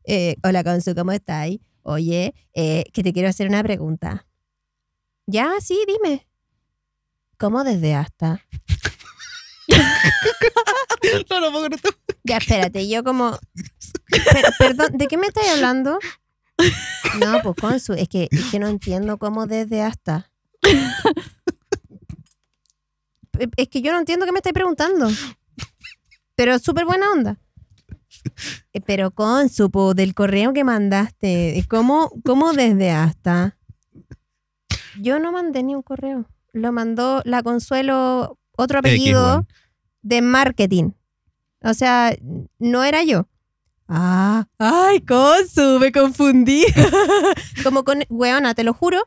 Speaker 3: Eh, hola, Consu, ¿cómo estáis? Oye, eh, que te quiero hacer una pregunta. Ya, sí, dime. ¿Cómo desde hasta?
Speaker 1: No, no puedo creer.
Speaker 3: Ya, espérate, yo como... Per- perdón, ¿de qué me estáis hablando? No, pues Consu, es que, es que no entiendo cómo desde hasta. Es- Es que yo no entiendo qué me estáis preguntando. Pero súper buena onda. Eh, Pero con su po, del correo que mandaste, eh, ¿cómo, ¿cómo desde hasta? Yo no mandé ni un correo. Lo mandó la Consuelo, otro
Speaker 1: X,
Speaker 3: apellido
Speaker 1: weón.
Speaker 3: de marketing. O sea, no era yo. Ah, ay, Consu, me confundí. como con, weona, te lo juro.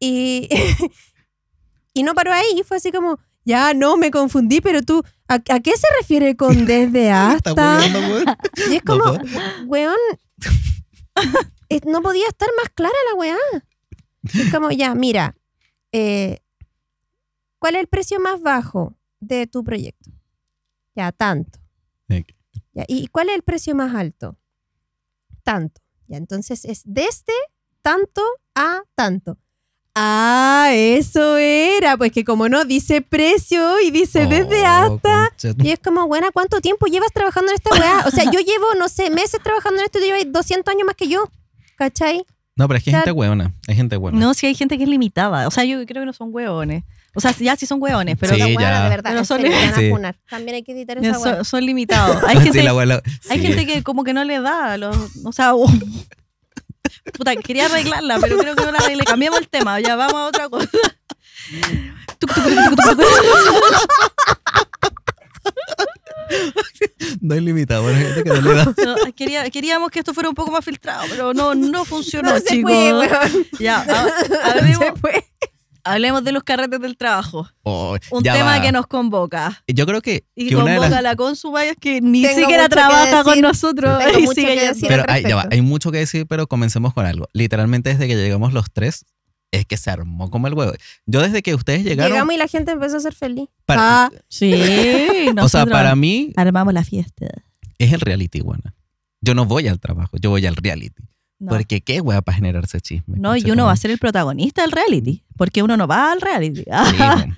Speaker 3: Y, y no paró ahí, fue así como, ya no, me confundí, pero tú, ¿a, a qué se refiere con desde
Speaker 1: Está
Speaker 3: hasta?
Speaker 1: hueveando, weón.
Speaker 3: Y es
Speaker 1: No
Speaker 3: como,
Speaker 1: puedo.
Speaker 3: weón, es- no podía estar más clara la weá. Es como, ya, mira, eh, ¿cuál es el precio más bajo de tu proyecto? Ya, tanto. Ya, ¿Y cuál es el precio más alto? Tanto. Ya, entonces es desde tanto a tanto. Ah, eso era. Pues que como no dice precio y dice desde
Speaker 1: Oh,
Speaker 3: hasta. Y es como, buena, ¿cuánto tiempo llevas trabajando en esta weá? O sea, yo llevo, no sé, meses trabajando en esto y tú llevas 200 años más que yo. ¿Cachai?
Speaker 1: No, pero es que hay
Speaker 3: Claro.
Speaker 1: gente hueona. Hay gente hueona.
Speaker 2: No, si hay gente que es limitada. O sea, yo creo que no son hueones. O sea, ya sí son hueones, pero
Speaker 1: Sí,
Speaker 3: la
Speaker 2: no-
Speaker 3: weá,
Speaker 1: ya.
Speaker 3: de verdad,
Speaker 2: Pero
Speaker 3: en
Speaker 2: son-
Speaker 3: serio, me van a
Speaker 1: Sí.
Speaker 3: funar. También hay que editar
Speaker 2: ya
Speaker 3: esa weá.
Speaker 2: son, son limitados. Hay gente,
Speaker 1: Sí, la hueona-
Speaker 2: hay
Speaker 1: sí.
Speaker 2: gente que como que no le da. a los- o sea, oh. puta, quería arreglarla, pero creo que no la arreglé. Cambiamos el tema, ya vamos a otra cosa. Tuc, tuc, tuc, tuc, tuc, tuc.
Speaker 1: No es limitado. Bueno, hay gente que no le da.
Speaker 2: No, quería- queríamos que esto fuera un poco más filtrado, pero no, no funcionó,
Speaker 3: No se
Speaker 2: chicos.
Speaker 3: puede, weón.
Speaker 2: ya, ha-
Speaker 3: No se
Speaker 2: hablemos,
Speaker 3: puede.
Speaker 2: hablemos de los carretes del trabajo.
Speaker 1: Oh,
Speaker 2: Un
Speaker 1: ya
Speaker 2: tema
Speaker 1: va.
Speaker 2: que nos convoca.
Speaker 1: Yo creo que,
Speaker 2: Y
Speaker 1: que una de
Speaker 2: convoca
Speaker 1: las.
Speaker 2: a la consuma es que ni
Speaker 3: Tengo
Speaker 2: siquiera
Speaker 3: mucho que
Speaker 2: trabaja con
Speaker 3: decir.
Speaker 2: nosotros.
Speaker 3: Tengo
Speaker 2: Y
Speaker 3: mucho
Speaker 2: sigue
Speaker 3: que
Speaker 2: yendo.
Speaker 3: decir.
Speaker 1: Pero
Speaker 3: al
Speaker 1: hay, ya va,
Speaker 3: respecto.
Speaker 1: hay mucho que decir, pero comencemos con algo. Literalmente desde que llegamos los tres, es que se armó como el huevo. Yo desde que ustedes llegaron.
Speaker 3: Llegamos y la gente empezó a ser feliz.
Speaker 1: para,
Speaker 3: Ah,
Speaker 2: Sí,
Speaker 1: o sea,
Speaker 2: nosotros
Speaker 1: para mí
Speaker 2: armamos la fiesta.
Speaker 1: es el reality, buena. Yo no voy al trabajo, yo voy al reality.
Speaker 2: No,
Speaker 1: Porque qué hueá para generarse
Speaker 3: Pues
Speaker 1: chisme.
Speaker 2: No, y
Speaker 1: conchetumare.
Speaker 2: uno va a ser el protagonista del reality, porque uno no va al reality. Ah,
Speaker 1: Sí, no.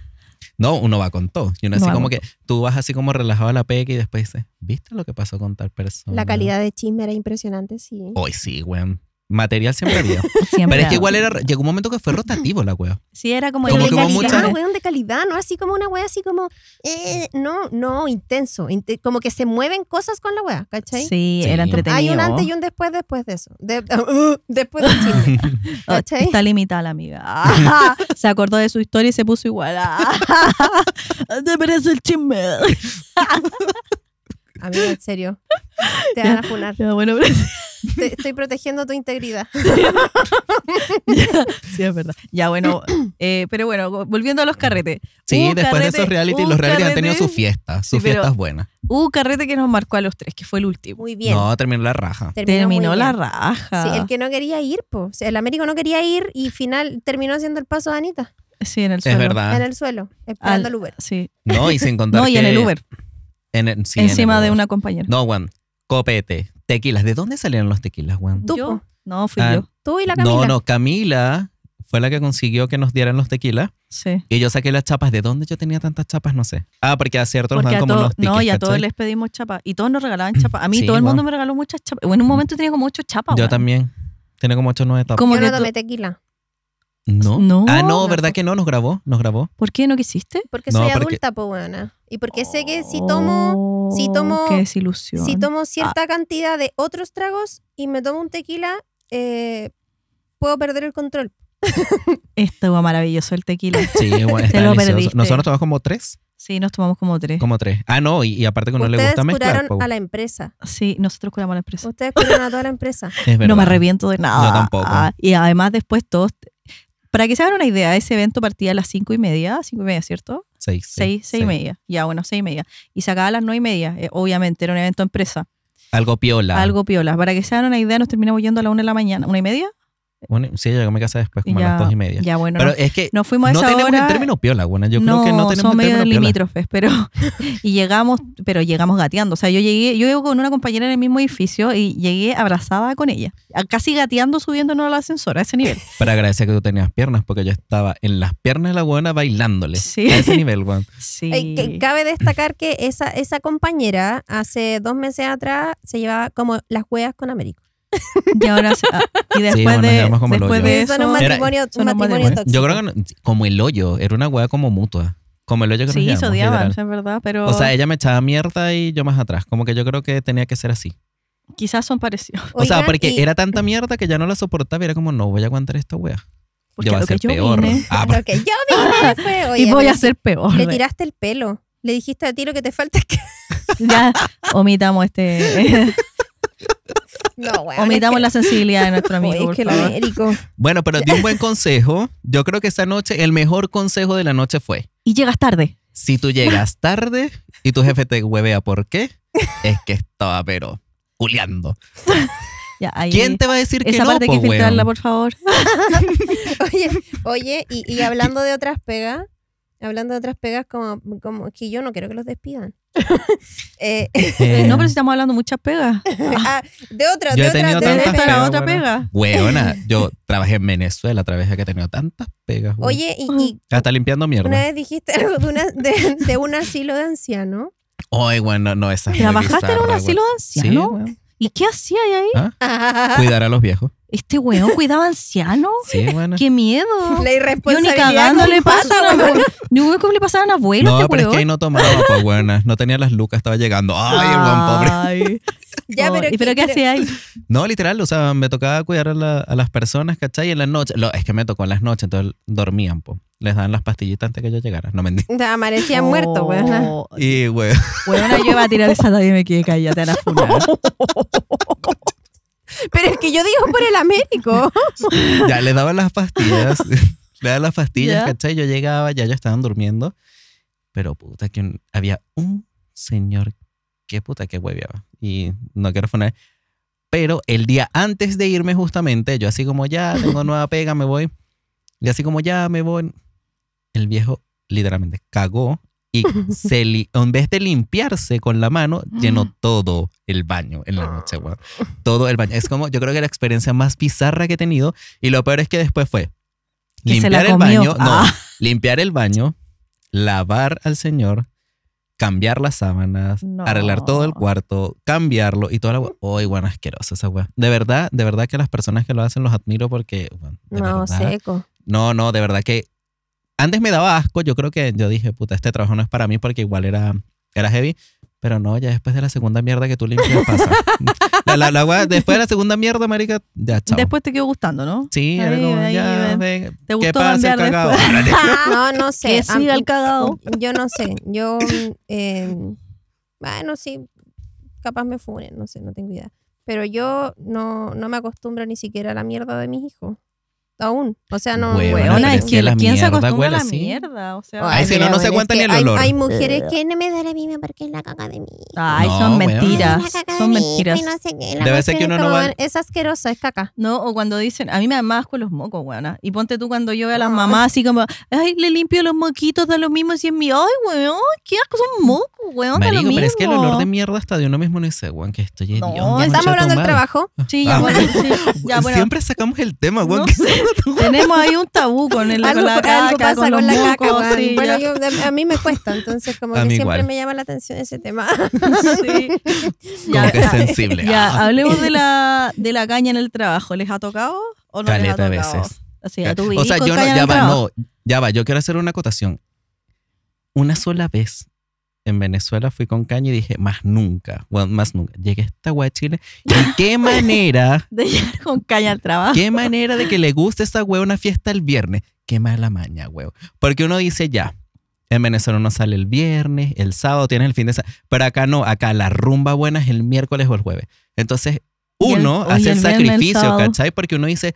Speaker 1: No, uno va con todo. Y uno
Speaker 2: No
Speaker 1: así
Speaker 2: va
Speaker 1: como
Speaker 2: con
Speaker 1: que tú vas así como relajado a la peca y después dices, ¿viste lo que pasó con tal persona?
Speaker 3: La calidad de chisme era impresionante, sí.
Speaker 1: Hoy sí, weón. Material siempre había.
Speaker 2: siempre
Speaker 1: Pero es que
Speaker 2: hago.
Speaker 1: igual era, llegó un momento que fue rotativo la wea.
Speaker 2: Sí, era como,
Speaker 1: Como
Speaker 2: el
Speaker 1: que
Speaker 3: de
Speaker 1: hubo
Speaker 2: reality.
Speaker 1: mucha-
Speaker 3: calidad, ah, weón, de calidad, no así como una wea así como, eh, no, no, intenso, inte- como que se mueven cosas con la wea, ¿cachai?
Speaker 1: Sí.
Speaker 2: Sí, era entretenido.
Speaker 3: Hay un antes y un después después de eso, De- uh, después del chisme.
Speaker 2: Oh,
Speaker 3: ¿Cachai?
Speaker 2: Está limitada la amiga. Ah, se acordó de su historia y se puso igual. Ah, Te merece el chisme.
Speaker 3: A mí, en serio, te van a funar.
Speaker 2: Ya, bueno, pero-
Speaker 3: Te- estoy protegiendo tu integridad.
Speaker 2: sí, es verdad. Ya, bueno. eh, pero bueno, volviendo a los carretes.
Speaker 1: Sí,
Speaker 2: Un
Speaker 1: después de
Speaker 2: carrete,
Speaker 1: esos reality,
Speaker 2: un
Speaker 1: los reality han
Speaker 2: carrete.
Speaker 1: tenido sus fiestas, sus
Speaker 2: Sí, pero-
Speaker 1: fiestas buenas.
Speaker 2: Hubo un carrete que nos marcó a los tres, que fue el último.
Speaker 3: Muy bien.
Speaker 1: No, terminó la raja.
Speaker 2: Terminó
Speaker 3: muy
Speaker 2: la
Speaker 3: bien.
Speaker 2: raja.
Speaker 3: Sí, el que no quería ir, pues. el Américo no quería ir y final terminó haciendo el paso de Anita
Speaker 2: Sí, en el
Speaker 1: Es
Speaker 2: suelo.
Speaker 3: en
Speaker 1: verdad.
Speaker 3: el suelo, esperando al
Speaker 2: Al-
Speaker 3: Uber.
Speaker 2: Sí.
Speaker 1: No, y sin contar.
Speaker 2: No, y en
Speaker 1: que-
Speaker 2: el Uber,
Speaker 1: en el- sí, en el
Speaker 2: encima de
Speaker 1: Uber.
Speaker 2: una compañera.
Speaker 1: No, Juan. Copete. Tequilas. ¿De dónde salieron los tequilas, Juan?
Speaker 3: Tú,
Speaker 2: ¿Yo?
Speaker 3: po.
Speaker 2: No, fui
Speaker 1: Ah,
Speaker 2: yo.
Speaker 3: Tú y la Camila.
Speaker 1: No, no, Camila fue la que consiguió que nos dieran los tequilas.
Speaker 2: Sí.
Speaker 1: Y yo saqué las chapas. ¿De dónde yo tenía tantas chapas? No sé. Ah, porque a cierto nos
Speaker 2: Porque
Speaker 1: dan
Speaker 2: a
Speaker 1: como
Speaker 2: todos,
Speaker 1: unos tickets.
Speaker 2: no, y a todos
Speaker 1: ¿cachai?
Speaker 2: les pedimos chapa. Y todos nos regalaban chapa. A mí
Speaker 1: Sí,
Speaker 2: todo el
Speaker 1: weón. Mm.
Speaker 2: mundo me regaló muchas chapas. En un momento tenía como ocho chapas.
Speaker 1: Yo
Speaker 2: weón.
Speaker 1: también. Tiene como ocho o nueve tapas.
Speaker 2: Como
Speaker 3: Yo
Speaker 2: que
Speaker 3: no
Speaker 2: tú-
Speaker 3: tomé tequila.
Speaker 1: No.
Speaker 2: No.
Speaker 1: Ah, no,
Speaker 3: No,
Speaker 1: ¿verdad
Speaker 3: no.
Speaker 1: que no? Nos grabó, nos grabó.
Speaker 2: ¿Por qué no quisiste?
Speaker 3: Porque
Speaker 1: No,
Speaker 3: soy
Speaker 1: porque-
Speaker 3: adulta, pues buena. Y porque sé que si tomo, si tomo-
Speaker 2: Oh, Qué desilusión.
Speaker 3: si
Speaker 1: Ah.
Speaker 3: tomo cierta cantidad de otros tragos y me tomo un tequila, eh, puedo perder el control.
Speaker 2: Estuvo Este maravilloso el tequila.
Speaker 1: Sí, bueno, está
Speaker 2: Te lo
Speaker 1: delicioso.
Speaker 2: perdiste.
Speaker 1: Nosotros tomamos como tres.
Speaker 2: Sí, nos tomamos como tres.
Speaker 1: Como tres. Ah, no, y, y aparte que no le
Speaker 3: Ustedes
Speaker 1: gusta mezclar.
Speaker 3: curaron
Speaker 1: po.
Speaker 3: a la empresa.
Speaker 2: Sí, nosotros curamos la empresa.
Speaker 3: Ustedes curaron a toda la empresa.
Speaker 1: Es verdad.
Speaker 2: No me arrepiento de nada.
Speaker 1: Yo tampoco.
Speaker 2: Ah, y además después todos... Para que se hagan una idea, ese evento partía a las cinco y media, cinco y media, ¿cierto?
Speaker 1: Seis. sí,
Speaker 2: seis, seis y media. Ya, bueno, seis y media. Y se acababa a las nueve y media. Eh, obviamente, era un evento empresa.
Speaker 1: Algo piola.
Speaker 2: Algo piola. Para que se hagan una idea, nos terminamos yendo a la una de la mañana. ¿Una y media?
Speaker 1: Bueno, sí, yo me casa después,
Speaker 2: Y
Speaker 1: como a las dos y media.
Speaker 2: Ya, bueno.
Speaker 1: Pero
Speaker 2: nos,
Speaker 1: es que
Speaker 2: nos fuimos a
Speaker 1: no
Speaker 2: esa
Speaker 1: tenemos
Speaker 2: hora.
Speaker 1: el término piola, bueno, yo creo que no tenemos
Speaker 2: somos
Speaker 1: el
Speaker 2: medio
Speaker 1: término piola.
Speaker 2: limítrofes, pero y llegamos, pero llegamos gateando. O sea, yo llegué, yo llego con una compañera en el mismo edificio y llegué abrazada con ella, a- casi gateando subiéndonos al ascensor a ese nivel.
Speaker 1: Para agradecer que tú tenías piernas, porque yo estaba en las piernas de la buena bailándole.
Speaker 2: Sí.
Speaker 1: A ese nivel, weón.
Speaker 2: Sí.
Speaker 3: Eh, que- cabe destacar que esa, esa compañera hace dos meses atrás se llevaba como las huevas con Américo.
Speaker 2: Y ahora se- ah, y después
Speaker 1: bueno,
Speaker 2: de
Speaker 1: éramos como
Speaker 2: después
Speaker 1: los
Speaker 2: de
Speaker 3: Son un
Speaker 2: eso-
Speaker 1: Era-
Speaker 3: matrimonio, un
Speaker 2: son un
Speaker 3: matrimonio
Speaker 2: matrimonio.
Speaker 3: tóxico.
Speaker 1: Yo creo que no- como el hoyo, era una weá como mutua. Como el hoyo que
Speaker 2: sí,
Speaker 1: nos
Speaker 2: se
Speaker 1: llevamos,
Speaker 2: odiaban,
Speaker 1: literal.
Speaker 2: o sea, es verdad, pero
Speaker 1: O sea, ella me echaba mierda y yo más atrás. Como que yo creo que tenía que ser así.
Speaker 2: quizás son parecidos.
Speaker 1: O sea,
Speaker 3: Oigan,
Speaker 1: porque
Speaker 3: y
Speaker 1: era tanta mierda que ya no la soportaba y era como, no voy a aguantar esta wea.
Speaker 2: Porque
Speaker 1: Ya va a
Speaker 2: lo Pues que
Speaker 1: ser
Speaker 2: yo
Speaker 1: peor.
Speaker 2: vine-
Speaker 1: Ah,
Speaker 3: Lo que yo dije fue, oye,
Speaker 2: y voy
Speaker 3: Américo,
Speaker 2: a ser peor.
Speaker 3: Le tiraste el pelo. Le dijiste a ti lo que te falta es que...
Speaker 2: Ya omitamos este
Speaker 3: No, weón.
Speaker 2: omitamos la
Speaker 3: es que-
Speaker 2: sensibilidad de nuestro amigo,
Speaker 3: Oye,
Speaker 2: por
Speaker 3: es que el
Speaker 2: favor.
Speaker 3: Américo.
Speaker 1: Bueno, pero di un buen consejo. Yo creo que esa noche, el mejor consejo de la noche fue:
Speaker 2: Y llegas tarde.
Speaker 1: si tú llegas tarde y tu jefe te huevea, ¿por qué? Es que estaba, pero, culeando.
Speaker 2: Ya, ahí-
Speaker 1: ¿Quién te va a decir que
Speaker 2: esa
Speaker 1: no,
Speaker 2: parte hay
Speaker 1: po,
Speaker 2: que
Speaker 3: Pues,
Speaker 2: filtrarla,
Speaker 1: weón?
Speaker 2: por favor.
Speaker 3: Oye, oye y, y hablando de otras pegas, hablando de otras pegas, como, como que yo no quiero que los despidan. Eh,
Speaker 1: Eh,
Speaker 2: No, pero si estamos hablando muchas pegas.
Speaker 3: ah, de otra,
Speaker 1: Yo
Speaker 3: de otra,
Speaker 1: he
Speaker 3: de
Speaker 1: tenido
Speaker 3: otra
Speaker 1: tantas
Speaker 3: pega.
Speaker 2: Esta era
Speaker 1: pegas,
Speaker 2: otra
Speaker 1: bueno.
Speaker 2: pega.
Speaker 1: Weona, yo trabajé en Venezuela, través de que he tenido tantas pegas. weón.
Speaker 3: Oye, y, y
Speaker 1: Hasta limpiando
Speaker 3: una
Speaker 1: mierda.
Speaker 3: vez dijiste algo de, una- de, de un asilo de ancianos.
Speaker 1: Oye, bueno, no, esa es muy
Speaker 2: ¿Trabajaste en un
Speaker 1: bizarra,
Speaker 2: asilo de
Speaker 1: weón. Sí,
Speaker 2: ancianos?
Speaker 1: weón.
Speaker 2: ¿Y qué hacía ahí?
Speaker 1: Cuidar a los viejos.
Speaker 2: Este weón cuidaba ancianos.
Speaker 1: Sí, bueno.
Speaker 2: ¡Qué miedo!
Speaker 3: La
Speaker 2: Yo ni
Speaker 3: irresponsabilidad.
Speaker 2: cagando
Speaker 3: con
Speaker 2: le
Speaker 3: un
Speaker 2: pasa.
Speaker 3: pato,
Speaker 2: weón.
Speaker 3: weón.
Speaker 2: Ni weón cómo le pasaban abuelos
Speaker 1: No,
Speaker 2: este
Speaker 1: pero es que ahí
Speaker 2: weón.
Speaker 1: no tomaba, pues, buena. No tenía las lucas, estaba llegando. Ay,
Speaker 2: Ah.
Speaker 1: buen pobre.
Speaker 2: Ay.
Speaker 3: Ya, pero,
Speaker 2: Ay,
Speaker 3: que-
Speaker 2: ¿Pero qué
Speaker 3: pero-
Speaker 2: hacía ahí?
Speaker 1: No, literal, o sea, me tocaba cuidar a, la- a las personas, ¿cachai? En la noche. Lo- es que me tocó en las noches, entonces dormían, pues. Les daban las pastillitas antes que yo llegara. No mentí.
Speaker 3: Ya, Amanecían muertos, weón.
Speaker 2: Oh,
Speaker 1: Y, weón.
Speaker 2: Weona, yo iba a tirar esa nadie me quiere callar, te van a funar.
Speaker 3: Pero es que yo digo por el Américo.
Speaker 1: ya le daban las pastillas. le daban las pastillas,
Speaker 2: Ya.
Speaker 1: ¿cachai? Yo llegaba, ya ellos estaban durmiendo. Pero puta, que un- había un señor que puta que hueveaba. Y no quiero poner. Pero el día antes de irme, justamente, yo así como ya, tengo nueva pega, me voy. Y así como ya, me voy. El viejo literalmente cagó y se li- en vez de limpiarse con la mano, llenó todo el baño en la noche, weón. Todo el baño. Es como, yo creo que la experiencia más bizarra que he tenido. Y lo peor es que después fue
Speaker 2: Que se
Speaker 1: limpiar
Speaker 2: la
Speaker 1: el
Speaker 2: comió.
Speaker 1: baño, no,
Speaker 2: Ah.
Speaker 1: limpiar el baño, lavar al señor, cambiar las sábanas,
Speaker 2: No.
Speaker 1: arreglar todo el cuarto, cambiarlo y toda la... hue- ¡Ay, bueno, asquerosa esa weá! De verdad, de verdad que las personas que lo hacen los admiro porque... weón, de
Speaker 3: No,
Speaker 1: verdad,
Speaker 3: seco.
Speaker 1: no, no, de verdad que antes me daba asco. Yo creo que yo dije, puta, este trabajo no es para mí porque igual era, era heavy. Pero no, ya después de la segunda mierda que tú limpias pasa. la, la, la wea- después de la segunda mierda, marica, ya, chao.
Speaker 2: Después te quedó gustando, ¿no?
Speaker 1: sí, era
Speaker 2: Ahí,
Speaker 1: como,
Speaker 2: ahí,
Speaker 1: ya,
Speaker 2: ven.
Speaker 1: ven,
Speaker 2: ¿Te
Speaker 1: ¿qué
Speaker 2: gustó
Speaker 1: pasa,
Speaker 2: cambiar
Speaker 1: cagado?
Speaker 2: después?
Speaker 3: No, no sé.
Speaker 2: Que siga
Speaker 3: Am-
Speaker 2: el cagado.
Speaker 3: Yo no sé. Yo, eh, bueno, sí, capaz me funen, no sé, no tengo idea. Pero yo no, no me acostumbro ni siquiera a la mierda de mis hijos. Aún. O sea, no.
Speaker 1: Huevona,
Speaker 3: no-
Speaker 2: Weona,
Speaker 1: pero
Speaker 2: es que
Speaker 1: la
Speaker 2: ¿quién se
Speaker 1: mierda
Speaker 2: acostumbra a
Speaker 1: huele
Speaker 2: la
Speaker 1: así?
Speaker 2: mierda? O sea,
Speaker 1: Ay,
Speaker 3: Ay,
Speaker 1: si
Speaker 3: mira,
Speaker 1: no, no se
Speaker 3: bueno, es
Speaker 1: aguanta
Speaker 3: que
Speaker 1: ni el
Speaker 3: hay-
Speaker 1: olor.
Speaker 3: Hay, mujeres que no me da la misma porque es la caca de mi hijo.
Speaker 2: Ay,
Speaker 1: No, weón.
Speaker 2: son mentiras,
Speaker 3: Es la caca de
Speaker 2: son
Speaker 3: mi hijo y
Speaker 2: mentiras.
Speaker 3: no sé qué. La
Speaker 1: Debe
Speaker 3: cuestión
Speaker 1: ser que
Speaker 3: es
Speaker 1: uno no
Speaker 3: como,
Speaker 1: va-
Speaker 3: Es asqueroso, es caca.
Speaker 2: No, o cuando dicen, a mí me dan más con los mocos, weona. Y ponte tú cuando yo veo a las
Speaker 3: Ah.
Speaker 2: mamás así como, ay, le limpio los moquitos, da lo mismo si es mío. Ay, weón, qué asco,
Speaker 3: Mm.
Speaker 2: son mocos, weón, da lo
Speaker 1: Marico,
Speaker 2: mismo.
Speaker 1: pero es que el olor de mierda hasta de uno mismo no dice, weón, que estoy
Speaker 2: No,
Speaker 1: hediondo, concha
Speaker 3: Estamos
Speaker 1: tu
Speaker 3: hablando del
Speaker 1: madre".
Speaker 3: trabajo.
Speaker 2: Sí, ya,
Speaker 1: Ah.
Speaker 2: bueno, sí, ya, bueno.
Speaker 1: Siempre sacamos el tema, weón.
Speaker 2: No
Speaker 1: que-
Speaker 2: sé. Tenemos ahí un tabú con, el,
Speaker 3: Algo,
Speaker 2: con la
Speaker 3: algo
Speaker 2: caca,
Speaker 3: pasa
Speaker 2: con,
Speaker 3: con,
Speaker 2: los
Speaker 3: la
Speaker 2: mocos,
Speaker 3: caca. weón.
Speaker 2: sí,
Speaker 3: bueno,
Speaker 2: ya.
Speaker 3: yo, a mí me cuesta, entonces como
Speaker 1: A
Speaker 3: que
Speaker 1: mí
Speaker 3: siempre
Speaker 1: igual.
Speaker 3: me llama la atención ese tema.
Speaker 2: Sí.
Speaker 1: Como
Speaker 2: Ya,
Speaker 1: que es sensible.
Speaker 2: Ya,
Speaker 1: Ah,
Speaker 2: hablemos de la, de la caña en el trabajo. ¿Les ha tocado o no
Speaker 1: caleta de
Speaker 2: les ha tocado?
Speaker 1: veces.
Speaker 2: O sea, tú
Speaker 1: O
Speaker 2: vivís
Speaker 1: sea,
Speaker 2: con
Speaker 1: yo no,
Speaker 2: caña en
Speaker 1: ya
Speaker 2: el
Speaker 1: va,
Speaker 2: trabajo.
Speaker 1: no, ya va, yo quiero hacer una acotación. Una sola vez en Venezuela fui con caña y dije, más nunca, weón, más nunca. Llegué a esta weá de Chile. ¿Y qué manera,
Speaker 2: De llegar con caña al trabajo.
Speaker 1: qué manera de que le guste esta weá una fiesta el viernes? Qué mala maña, weón. Porque uno dice ya. En Venezuela uno sale el viernes, el sábado tienes el fin de semana. Pero acá no, acá la rumba buena es el miércoles o el jueves. Entonces,
Speaker 2: Y el-
Speaker 1: uno
Speaker 2: oye,
Speaker 1: hace el
Speaker 2: el viernes, el
Speaker 1: sacrificio,
Speaker 2: sábado.
Speaker 1: ¿cachai? Porque uno dice,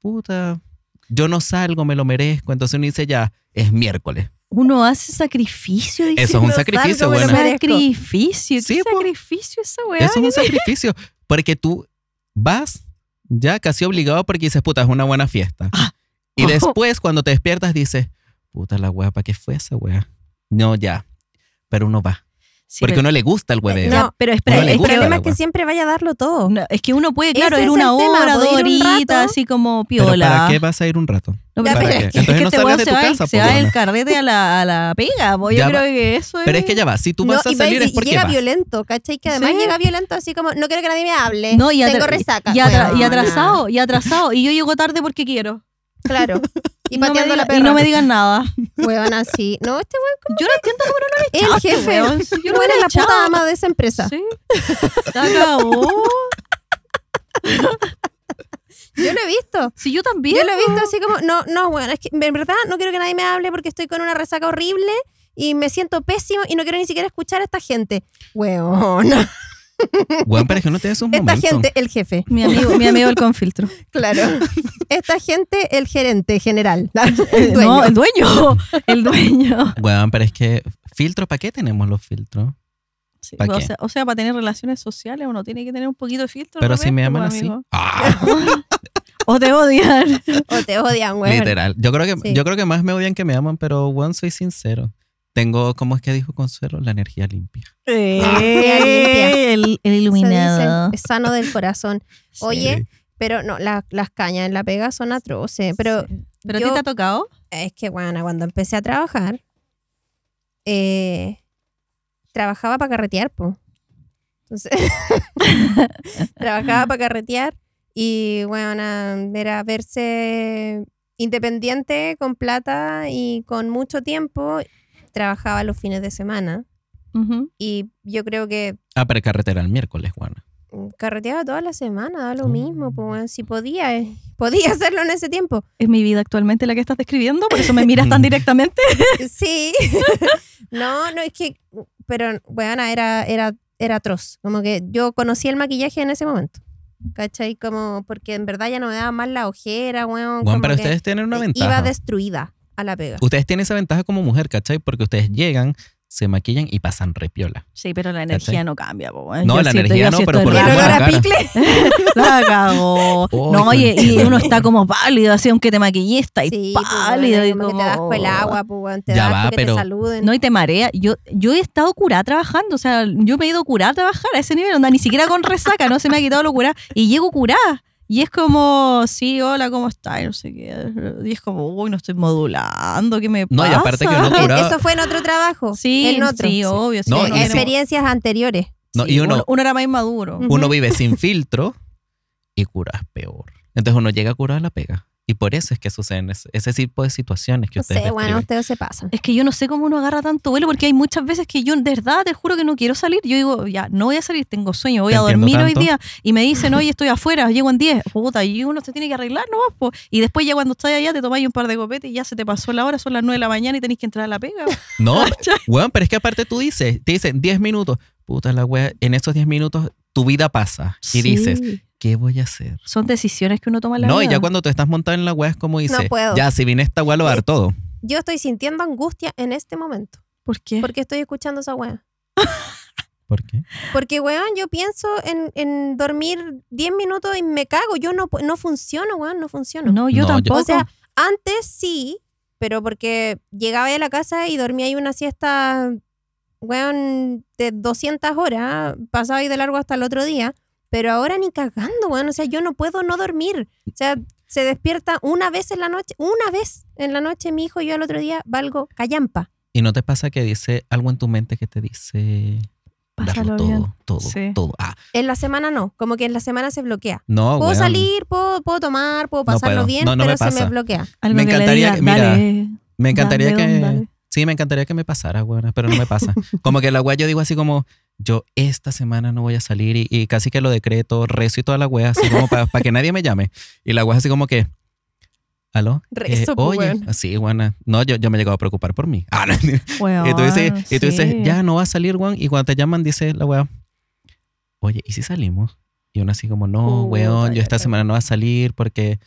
Speaker 1: puta, yo no salgo, me lo merezco. Entonces uno dice, ya, es miércoles.
Speaker 2: Uno hace sacrificio. dice,
Speaker 1: Eso es un
Speaker 3: no
Speaker 1: sacrificio,
Speaker 3: salgo, me lo
Speaker 1: bueno.
Speaker 3: merezco.
Speaker 2: Sacrificio. ¿Qué
Speaker 1: Sí, po.
Speaker 2: sacrificio esa weá?
Speaker 1: Eso es un sacrificio. Porque tú vas ya casi obligado porque dices, puta, es una buena fiesta.
Speaker 2: Ah.
Speaker 1: Y después, cuando te despiertas, dices, puta, la wea, ¿para qué fue esa wea? No, ya. Pero uno va.
Speaker 2: Sí,
Speaker 1: Porque
Speaker 2: pero,
Speaker 1: uno le gusta el hueveo.
Speaker 3: No,
Speaker 2: pero
Speaker 1: uno
Speaker 2: espera,
Speaker 1: le
Speaker 2: es
Speaker 3: el
Speaker 1: gusta
Speaker 2: que,
Speaker 1: la
Speaker 3: problema es que
Speaker 1: weá.
Speaker 3: siempre vaya a darlo todo.
Speaker 2: no, es que uno puede,
Speaker 3: Ese
Speaker 2: claro,
Speaker 3: es
Speaker 2: ir una
Speaker 3: el tema, puede
Speaker 2: hora, dos
Speaker 3: ir un
Speaker 2: horitas,
Speaker 3: rato.
Speaker 2: así como
Speaker 1: Pero
Speaker 2: piola.
Speaker 1: ¿para qué vas a ir un rato?
Speaker 2: No,
Speaker 3: Ya,
Speaker 2: pero
Speaker 3: pero
Speaker 2: es
Speaker 3: es
Speaker 1: que-
Speaker 2: que
Speaker 1: entonces no
Speaker 2: este
Speaker 1: salgas
Speaker 2: weón
Speaker 1: de
Speaker 2: se
Speaker 1: tu
Speaker 2: va,
Speaker 1: casa,
Speaker 2: Se
Speaker 1: po,
Speaker 2: va
Speaker 1: weona.
Speaker 2: el carrete a la, a la pega, po. yo
Speaker 1: Ya
Speaker 2: creo
Speaker 1: va.
Speaker 2: que eso es.
Speaker 1: Pero es que ya va, si tú
Speaker 3: No,
Speaker 1: vas a
Speaker 3: y ve-
Speaker 1: salir es
Speaker 3: y
Speaker 1: porque
Speaker 3: llega
Speaker 1: vas.
Speaker 3: violento, ¿cachai? Que además
Speaker 2: Sí.
Speaker 3: llega violento, así como, no quiero que nadie me hable.
Speaker 2: No, y, atra-
Speaker 3: tengo resaca.
Speaker 2: y, atra- y
Speaker 3: Weona.
Speaker 2: atrasado, y atrasado. Y yo llego tarde porque quiero.
Speaker 3: Claro. Y
Speaker 2: no me
Speaker 3: pateando la
Speaker 2: diga-
Speaker 3: perra.
Speaker 2: y no me digan nada.
Speaker 3: Weón, así. No, este
Speaker 2: Yo no entiendo cómo no
Speaker 3: weón es el
Speaker 2: lo
Speaker 3: jefe.
Speaker 2: weón. Sí, Yo
Speaker 3: Weón
Speaker 2: lo
Speaker 3: es
Speaker 2: he
Speaker 3: la
Speaker 2: echado.
Speaker 3: puta ama de esa empresa.
Speaker 2: Sí. Se acabó.
Speaker 3: Yo lo he visto.
Speaker 2: Si yo también.
Speaker 3: Yo lo he visto así como, no, no, weón, es que en verdad no quiero que nadie me hable porque estoy con una resaca horrible y me siento pésimo y no quiero ni siquiera escuchar a esta gente. Weón.
Speaker 1: Bueno, pero es que uno tiene sus
Speaker 3: Esta
Speaker 1: momentos.
Speaker 3: gente, el jefe.
Speaker 2: Mi amigo, mi amigo el confiltro.
Speaker 3: Claro. Esta gente, el gerente general.
Speaker 2: El
Speaker 3: El dueño.
Speaker 2: No, el dueño. El dueño.
Speaker 1: Bueno, pero es que filtro, ¿para qué tenemos los filtros?
Speaker 2: Sí,
Speaker 1: ¿Pa
Speaker 2: o,
Speaker 1: qué?
Speaker 2: sea, o sea, para tener relaciones sociales uno tiene que tener un poquito de filtro.
Speaker 1: Pero
Speaker 2: de
Speaker 1: si me Ah.
Speaker 2: repente,
Speaker 1: aman
Speaker 2: pues,
Speaker 1: así.
Speaker 2: amigo.
Speaker 1: Ah.
Speaker 2: o te odian.
Speaker 3: O te odian, güey.
Speaker 1: Literal. Yo creo, que,
Speaker 3: Sí.
Speaker 1: yo creo que más me odian que me aman, pero weón, soy sincero. Tengo, ¿cómo es que dijo Consuelo? La energía limpia.
Speaker 3: Ah,
Speaker 2: Eh, el, el iluminado.
Speaker 3: Es sano del corazón. Oye,
Speaker 1: Sí.
Speaker 3: pero no, la- las cañas en la pega son atroces. Pero
Speaker 2: ¿Pero a
Speaker 3: yo-
Speaker 2: ti te ha tocado?
Speaker 3: es que, bueno, cuando empecé a trabajar, eh, trabajaba para carretear, po. Entonces, trabajaba para carretear y, bueno, era verse independiente, con plata y con mucho tiempo. Trabajaba los fines de semana
Speaker 2: Ujú.
Speaker 3: y yo creo que mm,
Speaker 1: Ah, pero carretera el miércoles, Juana.
Speaker 3: carreteaba toda la semana, da lo
Speaker 1: Mm.
Speaker 3: mismo, po, weón. si podía, eh, podía hacerlo en ese tiempo.
Speaker 2: Es mi vida actualmente la que estás describiendo, por eso me miras tan directamente.
Speaker 3: Sí. no, no, es que, pero bueno, era, era, era atroz. Como que yo conocí el maquillaje en ese momento. ¿Cachai? Como porque en verdad ya no me daba más la ojera, weón.
Speaker 1: Juan,
Speaker 3: como
Speaker 1: pero
Speaker 3: que
Speaker 1: ustedes tienen una
Speaker 3: Iba
Speaker 1: ventaja.
Speaker 3: destruida a la pega.
Speaker 1: Ustedes tienen esa ventaja como mujer, ¿cachai? Porque ustedes llegan, se maquillan y pasan repiola.
Speaker 2: Sí, pero la
Speaker 1: energía
Speaker 2: energía
Speaker 1: ¿Cachai?
Speaker 2: no cambia.
Speaker 1: No, la energía no, pero por
Speaker 3: el
Speaker 1: lo menos
Speaker 3: olor
Speaker 1: la
Speaker 3: a
Speaker 1: cara.
Speaker 3: picle.
Speaker 2: La cagó.
Speaker 1: Oh,
Speaker 2: no, oye, y
Speaker 1: conchetumare.
Speaker 2: uno está como pálido, así aunque te maquillista estáis
Speaker 3: Sí, pues, weón,
Speaker 2: pálido.
Speaker 3: ahí
Speaker 2: y
Speaker 3: como que te
Speaker 2: como-
Speaker 3: das con el agua, pues, weón, te
Speaker 1: Ya
Speaker 3: das
Speaker 1: va,
Speaker 3: con que
Speaker 1: pero-
Speaker 3: te saluden.
Speaker 2: No, y te marea. Yo, yo he estado curada trabajando, o sea, yo me he ido curada a trabajar a ese nivel, onda, ni siquiera con resaca, no se me ha quitado lo curada. Y llego curada. Y es como, sí, hola, ¿cómo estás? Y No sé qué. Y es como, uy, no estoy modulando, ¿qué me pasa?
Speaker 1: No, y aparte que uno
Speaker 3: Eh,
Speaker 1: curado-
Speaker 3: Eso fue en otro trabajo.
Speaker 2: Sí,
Speaker 3: en otro.
Speaker 2: sí, obvio. sí,
Speaker 1: No,
Speaker 3: En
Speaker 1: y
Speaker 2: era-
Speaker 1: eso-
Speaker 3: experiencias anteriores.
Speaker 1: No,
Speaker 2: sí,
Speaker 1: y uno,
Speaker 2: uno era más inmaduro.
Speaker 3: Mm.
Speaker 1: uno
Speaker 3: Ujú.
Speaker 1: vive sin filtro y curas peor. Entonces uno llega a curar la pega. Y por eso es que suceden ese, ese tipo de situaciones que
Speaker 3: No
Speaker 1: ustedes
Speaker 3: sé, bueno,
Speaker 1: describen.
Speaker 3: ustedes se pasan.
Speaker 2: Es que yo no sé cómo uno agarra tanto vuelo, porque hay muchas veces que yo, de verdad, te juro que no quiero salir. Yo digo, ya, no voy a salir, tengo sueño, voy
Speaker 1: Te
Speaker 2: a
Speaker 1: entiendo
Speaker 2: dormir hoy
Speaker 1: tanto.
Speaker 2: día. Y me dicen, oye, estoy afuera, llego en 10. Puta, y uno se tiene que arreglar nomás, po. Y después ya cuando estás allá, te tomáis un par de copetes y ya se te pasó la hora, son las 9 de la mañana y tenéis que entrar a la pega. Ah,
Speaker 1: No, weón, pero es que aparte tú dices, te dicen 10 minutos. Puta la wea, en esos 10 minutos tu vida pasa. Y
Speaker 2: Sí.
Speaker 1: dices, ¿qué voy a hacer?
Speaker 2: Son decisiones que uno toma en la
Speaker 1: No, y
Speaker 2: vida.
Speaker 1: ya cuando tú estás montado en la wea es como dices,
Speaker 3: puedo.
Speaker 1: ya, si vine a esta wea lo va a dar todo.
Speaker 3: Yo estoy sintiendo angustia en este momento.
Speaker 2: ¿Por qué?
Speaker 3: Porque estoy escuchando esa weá.
Speaker 1: ¿Por qué?
Speaker 3: Porque, weón, yo pienso en, en dormir 10 minutos y me cago. Yo no, pu- no funciono, weón, no funciono.
Speaker 2: No, yo
Speaker 1: No, yo-
Speaker 2: tampoco.
Speaker 3: O sea, antes sí, pero porque llegaba ahí a la casa y dormía ahí una siesta, weón, de 200 horas, pasaba ahí de largo hasta el otro día. Pero ahora ni cagando, weón. O sea, yo no puedo no dormir. O sea, se despierta una vez en la noche, una vez en la noche mi hijo y yo al otro día valgo callampa.
Speaker 1: Y no te pasa que dice algo en tu mente que te dice, darlo
Speaker 2: Pásalo
Speaker 1: todo,
Speaker 2: bien.
Speaker 1: todo,
Speaker 2: Sí.
Speaker 1: todo. Ah,
Speaker 3: En la semana no, como que en la semana se bloquea.
Speaker 1: no,
Speaker 3: Puedo
Speaker 1: Oh, weón.
Speaker 3: salir, puedo, puedo tomar, puedo pasarlo
Speaker 1: puedo.
Speaker 3: bien,
Speaker 1: No, no
Speaker 3: pero
Speaker 1: me
Speaker 3: se me
Speaker 1: pasa.
Speaker 3: bloquea.
Speaker 2: Algo
Speaker 1: Me
Speaker 2: que le
Speaker 1: encantaría
Speaker 2: diga,
Speaker 1: que- mira,
Speaker 2: dale,
Speaker 1: Me encantaría
Speaker 2: dale,
Speaker 1: que...
Speaker 2: don, dale.
Speaker 1: Sí, me encantaría que me pasara, weón, pero no me pasa. Como que la weá yo digo así como, yo esta semana no voy a salir y, y casi que lo decreto, rezo y toda la weá, así como para que nadie me llame. Y la weá así como que, ¿aló? Eh,
Speaker 3: Rezo, po,
Speaker 1: oye,
Speaker 3: weón.
Speaker 1: sí, weón. No, yo, yo me he llegado a preocupar por mí. Ah, no.
Speaker 2: Weón,
Speaker 1: y tú dices, y tú dices
Speaker 2: sí.
Speaker 1: ya no va a salir, weón. Y cuando te llaman, dice la weá, oye, ¿y si salimos? Y uno así como, no,
Speaker 2: Puta,
Speaker 1: weón, yo
Speaker 2: ya,
Speaker 1: esta
Speaker 2: ya.
Speaker 1: semana no va a salir porque